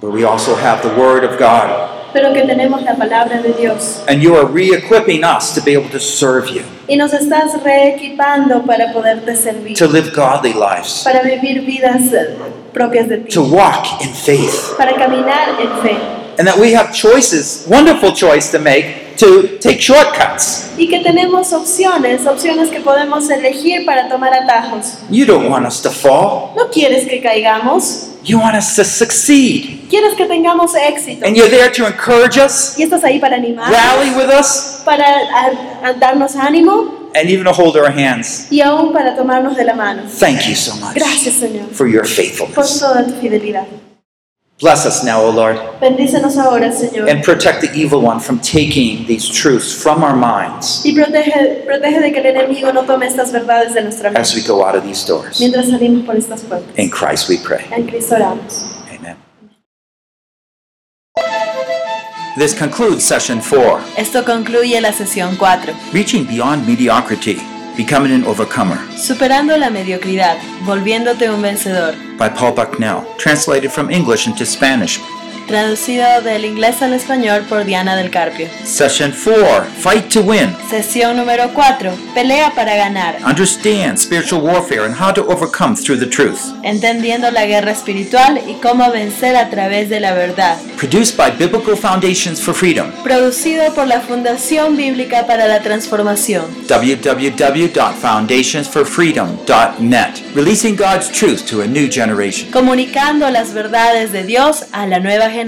A: But we also have the Word of God.
B: pero que tenemos la palabra de Dios
A: And you are re equipping us to be able to serve you,
B: y nos estás reequipando para poderte servir,
A: to live godly lives,
B: para vivir vidas eh, propias de ti,
A: to walk in faith.
B: para caminar en fe.
A: And that we have choices, wonderful choice to make, to take shortcuts.
B: y que tenemos opciones, opciones que podemos elegir para tomar atajos.
A: You don't want us to fall.
B: No quieres que caigamos,
A: You want us to succeed.
B: quieres que tengamos éxito.
A: And you're there to encourage us,
B: Y estás ahí para animar,
A: rally with us,
B: para a- a darnos ánimo
A: and even to hold our hands.
B: y aún para tomarnos de la mano.
A: Thank you so much
B: Gracias, Señor,
A: for your
B: por
A: faithfulness.
B: toda tu fidelidad.
A: Bless us now, O Lord.
B: Bendícenos ahora, Señor,
A: and protect the evil one from taking these truths from our minds
B: y protege, protege de que el enemigo no tome estas verdades de nuestra vida
A: as we go out of these doors.
B: mientras salimos por estas puertas.
A: In Christ we pray.
B: En Cristo oramos.
A: Amen. This concludes session four
B: Esto concluye la sesión 4.
A: Reaching Beyond Mediocrity, Becoming an Overcomer
B: Superando la mediocridad, volviéndote un vencedor.
A: by Paul Bucknell, translated from English into Spanish.
B: Traducido del inglés al español por Diana del Carpio.
A: Session four Fight to Win.
B: Sesión número 4. Pelea para ganar.
A: Understand spiritual warfare and how to overcome through the truth.
B: Entendiendo la guerra espiritual y cómo vencer a través de la verdad.
A: Produced by Biblical Foundations for Freedom.
B: Producido por la Fundación Bíblica para la Transformación.
A: www.foundationsforfreedom.net, releasing God's truth to a new generation.
B: Comunicando las verdades de Dios a la nueva generación.